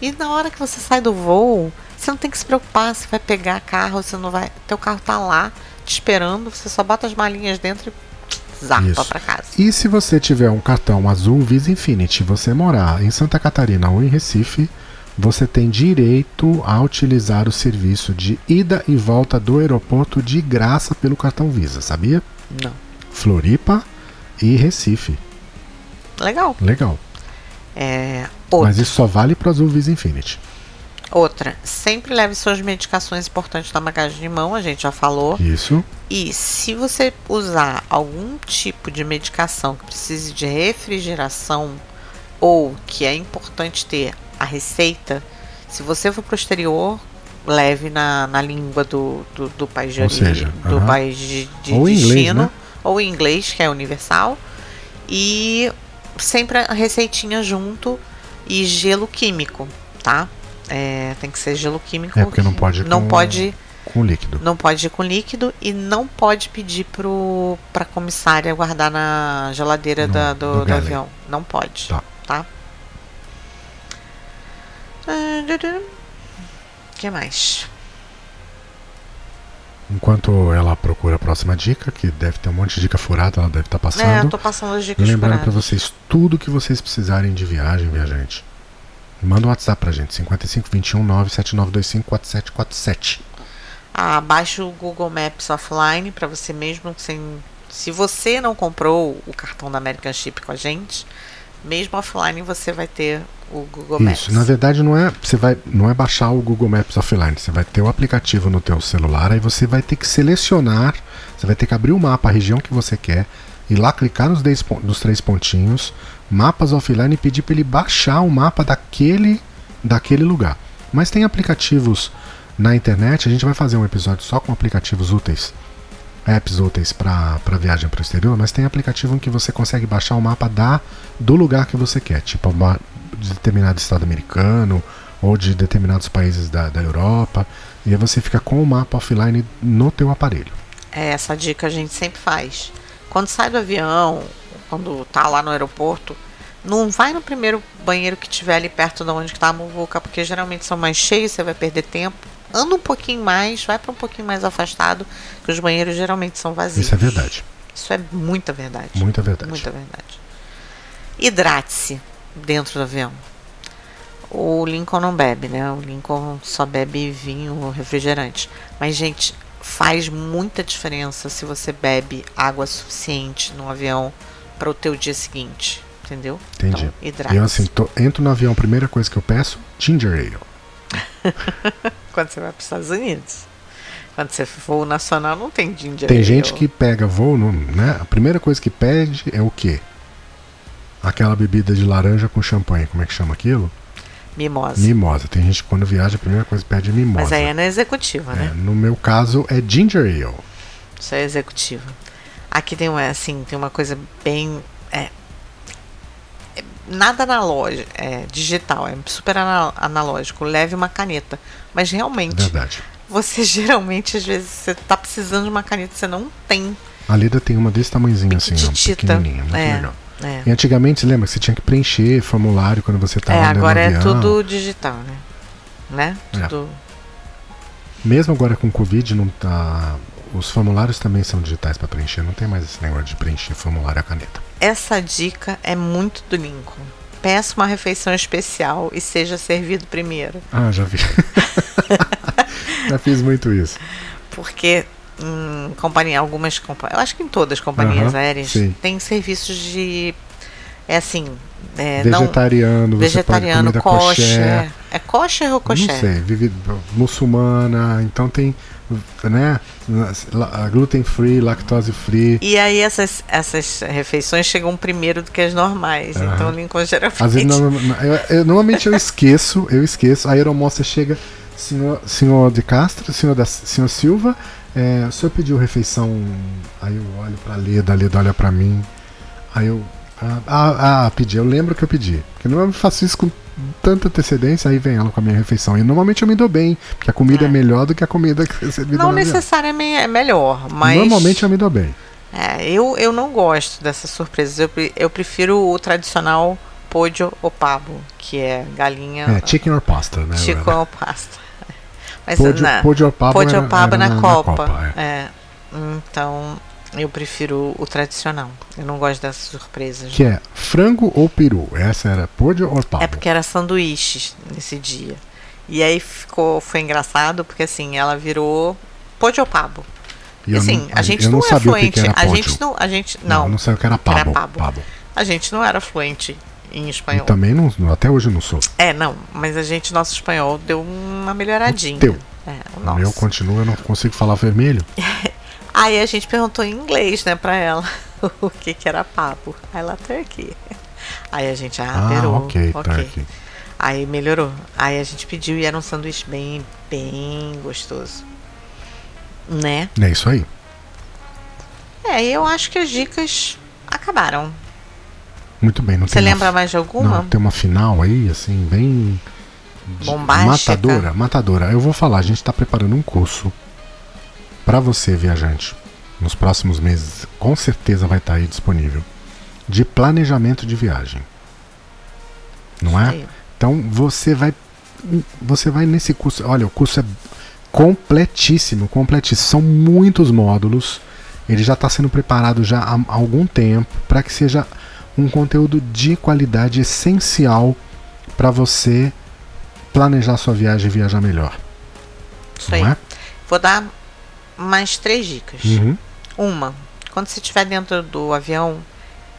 B: E na hora que você sai do voo, você não tem que se preocupar se vai pegar carro, você não vai. Teu carro tá lá te esperando, você só bota as malinhas dentro e zarpa
A: Isso.
B: para casa.
A: E se você tiver um cartão azul Visa Infinity, você morar em Santa Catarina ou em Recife, você tem direito a utilizar o serviço de ida e volta do aeroporto de graça pelo cartão Visa, sabia?
B: Não.
A: Floripa e Recife.
B: Legal.
A: Legal.
B: É, outra,
A: Mas isso só vale para azul Visa Infinity.
B: outra. Sempre leve suas medicações importantes na bagagem de mão, a gente já falou.
A: Isso.
B: E se você usar algum tipo de medicação que precise de refrigeração ou que é importante ter a receita, se você for pro exterior, leve na, na língua do, do, do país de
A: Ou
B: origem,
A: seja,
B: do
A: aham.
B: país de, de
A: Ou em inglês,
B: destino,
A: né?
B: ou em inglês, que é universal, e sempre a receitinha junto e gelo químico, tá? É, tem que ser gelo químico.
A: É porque não pode
B: Não
A: com-
B: pode
A: Com líquido.
B: não pode ir com líquido e não pode pedir pro, pra comissária guardar na geladeira
A: No-
B: da-
A: do
B: do, do
A: galley.
B: avião. Não pode.
A: Tá.
B: Tá? Ah, dudu. O que mais?
A: Enquanto ela procura a próxima dica, que deve ter um monte de dica furada, ela deve estar
B: É, eu
A: passando.
B: tô passando as dicas
A: Lembrando
B: furadas.
A: para vocês tudo que vocês precisarem de viagem, viajante. Manda um WhatsApp pra gente, 5521 97925 4747.
B: Ah, baixa o Google Maps offline para você mesmo sem. Se você não comprou o cartão da American Chip com a gente, mesmo offline você vai ter o Google Maps.
A: Isso, na verdade não é, você vai, não é baixar o Google Maps offline, você vai ter o aplicativo no teu celular, aí você vai ter que selecionar, você vai ter que abrir o mapa, a região que você quer, e lá clicar nos, 10 pon- nos três pontinhos, mapas offline e pedir para ele baixar o mapa daquele, daquele lugar. Mas tem aplicativos na internet, a gente vai fazer um episódio só com aplicativos úteis, apps úteis para viagem para o exterior, mas tem aplicativo em que você consegue baixar o mapa da, do lugar que você quer, tipo uma- de determinado estado americano ou de determinados países da, da Europa, e aí você fica com o mapa offline no teu aparelho.
B: É, essa dica a gente sempre faz. Quando sai do avião, quando tá lá no aeroporto, não vai no primeiro banheiro que tiver ali perto de onde está a muvuca, porque geralmente são mais cheios, você vai perder tempo. Anda um pouquinho mais, vai para um pouquinho mais afastado, que os banheiros geralmente são vazios.
A: Isso é verdade,
B: Isso é muita verdade.
A: muita verdade.
B: Muita verdade. Hidrate-se dentro do avião. O Lincoln não bebe, né? O Lincoln só bebe vinho ou refrigerante. Mas, gente, faz muita diferença se você bebe água suficiente no avião para o teu dia seguinte, entendeu?
A: Entendi.
B: Então, hidrate-se.
A: Eu assim, tô- entro no avião, a primeira coisa que eu peço, ginger ale.
B: Quando você vai para os Estados Unidos. Quando você for nacional, não tem ginger
A: Tem
B: ale.
A: gente que pega voo, não- né? A primeira coisa que pede é o quê? Aquela bebida de laranja com champanhe, como é que chama aquilo?
B: Mimosa.
A: Mimosa. Tem gente que quando viaja, a primeira coisa que pede é mimosa.
B: Mas aí é na executiva, né?
A: É, no meu caso é ginger ale.
B: Isso é executiva. Aqui tem uma, assim, tem uma coisa bem. É, é nada analógico, é digital, é super ana- analógico. Leve uma caneta. Mas
A: É
B: realmente,
A: verdade.
B: você geralmente, às vezes, você tá precisando de uma caneta, você não tem.
A: A Leda tem uma desse tamanhozinho assim, ó,
B: Pititita.
A: pequenininha, muito
B: É,
A: legal.
B: é.
A: E antigamente, você lembra que você tinha que preencher formulário quando você tava
B: é,
A: andando no
B: agora é
A: Tá avião?
B: tudo digital, né? Né?
A: É.
B: Tudo.
A: Mesmo agora com o Covid, não tá... os formulários também são digitais para preencher. Não tem mais esse negócio de preencher formulário à caneta.
B: Essa dica é muito do Lincoln. Peça uma refeição especial e seja servido primeiro.
A: Ah, já vi. já fiz muito isso.
B: porque em companhia, algumas companhias, eu acho que em todas as companhias
A: Aham,
B: aéreas,
A: sim.
B: tem serviços de. É assim. É, não,
A: vegetariano, você
B: vegetariano,
A: pode comida
B: kosher. É kosher ou
A: kosher.
B: kosher?
A: Não sei, vive, muçulmana, então tem, né, la- gluten free, lactose free.
B: E aí essas, essas refeições chegam primeiro do que as normais.
A: Aham.
B: Então Lincoln geralmente.
A: Às vezes, não- é não- eu- eu- normalmente eu esqueço, eu esqueço. A aeromoça chega, senhor, senhor de Castro, senhor, da, senhor Silva, é, o senhor pediu refeição. Aí eu olho pra Leda, a Leda olha pra mim. Aí eu. Ah, ah, ah, pedi, eu lembro que eu pedi. Porque não eu faço isso com tanta antecedência, aí vem ela com a minha refeição. E normalmente eu me dou bem, porque a comida é,
B: É.
A: melhor do que a comida que você me
B: Não necessariamente é melhor, mas.
A: Normalmente eu me dou bem.
B: É, eu, eu não gosto dessas surpresas. Eu, pre- eu prefiro o tradicional podio ou pabo, que é galinha.
A: É, chicken or pasta, né?
B: Chico ao pasto. Mas
A: Podio-
B: na,
A: Podiopaba
B: Pode
A: era-
B: opaba
A: era
B: na, Copa.
A: é.
B: é. Então, eu prefiro o tradicional. Eu não gosto dessas surpresas.
A: Que é frango ou peru? Essa era pódio ou pavo?
B: É porque era sanduíches nesse dia. E aí ficou, foi engraçado, porque assim, ela virou pôde ou pabo.
A: E
B: E
A: eu
B: assim,
A: não-
B: a gente
A: eu
B: não,
A: não
B: é
A: sabia o que
B: fluente.
A: que era
B: a
A: pódio.
B: gente não, a gente
A: Não,
B: não,
A: não sei o que era pabo.
B: Era pabo. um-
A: pabo.
B: a gente não era fluente em
A: E
B: espanhol.
A: também não, não- até hoje eu não sou.
B: É, não, mas a gente nosso espanhol deu uma melhoradinha.
A: O teu.
B: É, o
A: O meu
B: nosso.
A: continua, eu não consigo falar vermelho.
B: Aí a gente perguntou em inglês, né, pra ela o que que era papo. Aí ela turkey. Aí a gente, ah,
A: Ah,
B: perou,
A: ok, tá aqui.
B: Aí melhorou. Aí a gente pediu e era um sanduíche bem, bem gostoso. Né?
A: É isso aí.
B: É, e eu acho que as dicas acabaram.
A: Muito bem. Não
B: Você
A: tem uma-
B: lembra mais de alguma?
A: Não, tem uma final aí, assim, bem. de-
B: Bombástica.
A: Matadora, matadora. Eu vou falar, a gente tá preparando um curso pra você, viajante. Nos próximos meses, com certeza vai estar aí disponível. De planejamento de viagem. Não é?
B: Aí.
A: Então você vai você vai nesse curso. Olha, o curso é completíssimo, completíssimo. São muitos módulos. Ele já está sendo preparado já há algum tempo para que seja um conteúdo de qualidade essencial para você planejar sua viagem e viajar melhor.
B: Isso aí.
A: Não é?
B: Vou dar mais três dicas.
A: Uhum.
B: Uma, quando você estiver dentro do avião,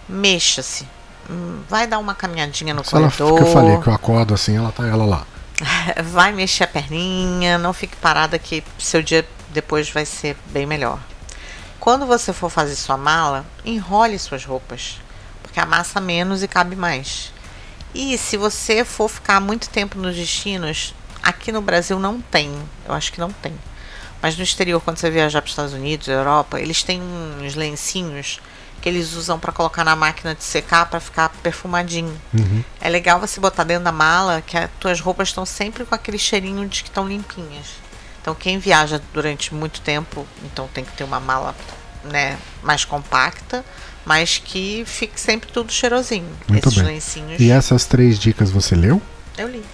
B: mexa-se. Hum, Vai dar uma caminhadinha no
A: Se ela que
B: corredor.
A: eu falei que eu acordo assim, ela tá ela lá.
B: Vai mexer a perninha, não fique parada que seu dia depois vai ser bem melhor. Quando você for fazer sua mala, enrole suas roupas, porque amassa menos e cabe mais. E se você for ficar muito tempo nos destinos, aqui no Brasil não tem, eu acho que não tem. Mas no exterior, quando você viajar para os Estados Unidos, Europa, eles têm uns lencinhos que eles usam para colocar na máquina de secar para ficar perfumadinho.
A: Uhum.
B: É legal você botar dentro da mala que as tuas roupas estão sempre com aquele cheirinho de que estão limpinhas. Então quem viaja durante muito tempo, então tem que ter uma mala né, mais compacta, mas que fique sempre tudo cheirosinho.
A: Muito
B: Esses
A: bem.
B: lencinhos.
A: E essas três dicas você leu?
B: Eu li.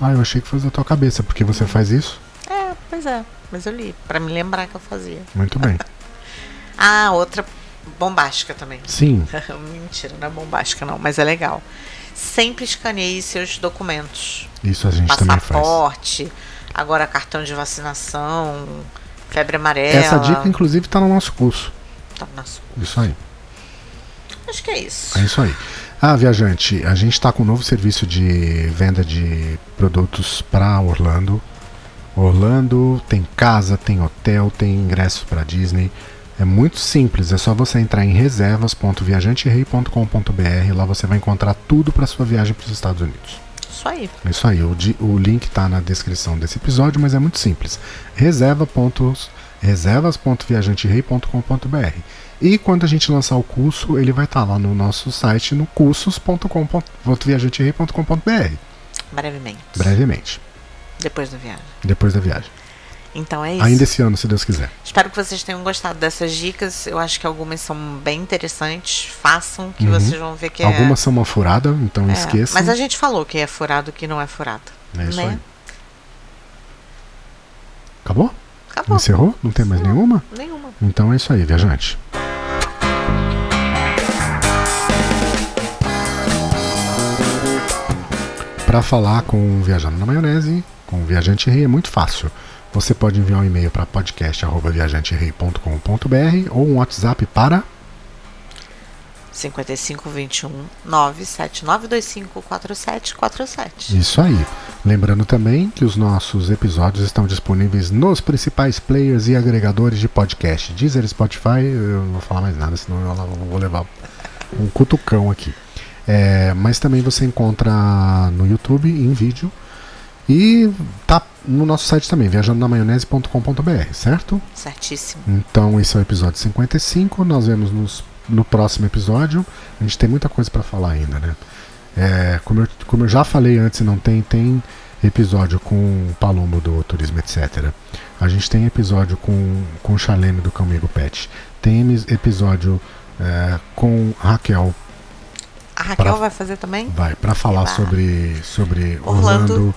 A: Ah, eu achei que fosse da tua cabeça, porque você faz isso?
B: É, pois é, mas eu li, para me lembrar que eu fazia.
A: Muito bem.
B: Ah, outra bombástica também.
A: Sim.
B: Mentira, não é bombástica não, mas é legal. Sempre escaneie seus documentos.
A: Isso a gente também faz.
B: passaporte, agora cartão de vacinação, febre amarela.
A: Essa dica, inclusive, tá no nosso curso.
B: Tá, nossa,
A: Isso aí.
B: acho que é isso.
A: É isso aí. Ah, viajante, a gente está com um novo serviço de venda de produtos para Orlando. Orlando tem casa, tem hotel, tem ingresso para Disney. É muito simples, é só você entrar em reservas.viajanterei.com.br. Lá você vai encontrar tudo para sua viagem para os Estados Unidos.
B: Isso aí.
A: É isso aí, o, di- o link está na descrição desse episódio, mas é muito simples. Reserva pontos- reservas.viajanterei.com.br E quando a gente lançar o curso, ele vai estar lá no nosso site no cursos.com.viajanterei.com.br
B: Brevemente.
A: brevemente,
B: Depois da viagem.
A: depois da viagem.
B: Então é isso.
A: Ainda esse ano, se Deus quiser.
B: Espero que vocês tenham gostado dessas dicas. Eu acho que algumas são bem interessantes. Façam que vocês vão ver que
A: Uhum. Algumas são uma furada, então
B: é.
A: não
B: é,
A: esqueça.
B: Mas a gente falou que é furado, que não é furado.
A: É isso
B: né?
A: aí. Acabou?
B: Acabou.
A: Encerrou? Não tem mais nenhuma?
B: Nenhuma.
A: Então é isso aí, viajante. Para falar com o Viajando na Maionese, com o Viajante Rei é muito fácil. Você pode enviar um e-mail para podcast@viajanterei.com.br ou um WhatsApp para
B: 55 21 97925 4747.
A: Isso aí. Lembrando também que os nossos episódios estão disponíveis nos principais players e agregadores de podcast. Deezer, Spotify, eu não vou falar mais nada, senão eu lá vou levar um cutucão aqui. É, mas também você encontra no YouTube, em vídeo. E tá no nosso site também, viajandonamaionese.com.br, certo?
B: Certíssimo.
A: Então esse é o episódio 55. Nós vemos nos- no próximo episódio. A gente tem muita coisa para falar ainda, né? É, como, eu, como eu já falei antes, e não tem tem episódio com o Palumbo do Turismo etc. A gente tem episódio com, com o Chalene do Comigo Pet. Tem emis- episódio é, com Raquel
B: A Raquel
A: Pra-
B: vai fazer também?
A: vai para falar
B: Eba.
A: sobre sobre Orlando.
B: Orlando.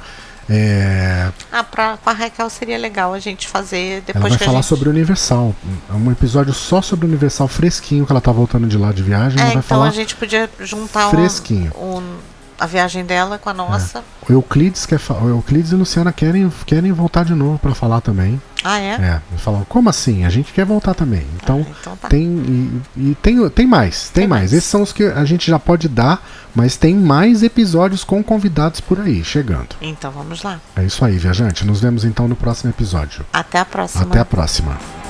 A: É,
B: Ah, pra, com a Raquel seria legal a gente fazer depois
A: Ela vai
B: que
A: falar
B: a gente...
A: sobre o Universal. É um episódio só sobre o Universal fresquinho, que ela tá voltando de lá de viagem.
B: É,
A: ela vai
B: então
A: falar
B: a gente podia juntar um-
A: fresquinho. É.
B: um- a viagem dela com a nossa.
A: O Euclides, quer fa- o Euclides e Luciana querem, querem voltar de novo pra falar também.
B: Ah, é?
A: É, e falam, como assim? A gente quer voltar também. Então,
B: Ah, então tá.
A: tem, e, e tem, tem mais, tem,
B: Tem
A: mais.
B: mais.
A: Esses são os que a gente já pode dar, mas tem mais episódios com convidados por aí, chegando.
B: Então vamos lá.
A: É isso aí, viajante. Nos vemos então no próximo episódio.
B: Até a próxima.
A: Até a próxima.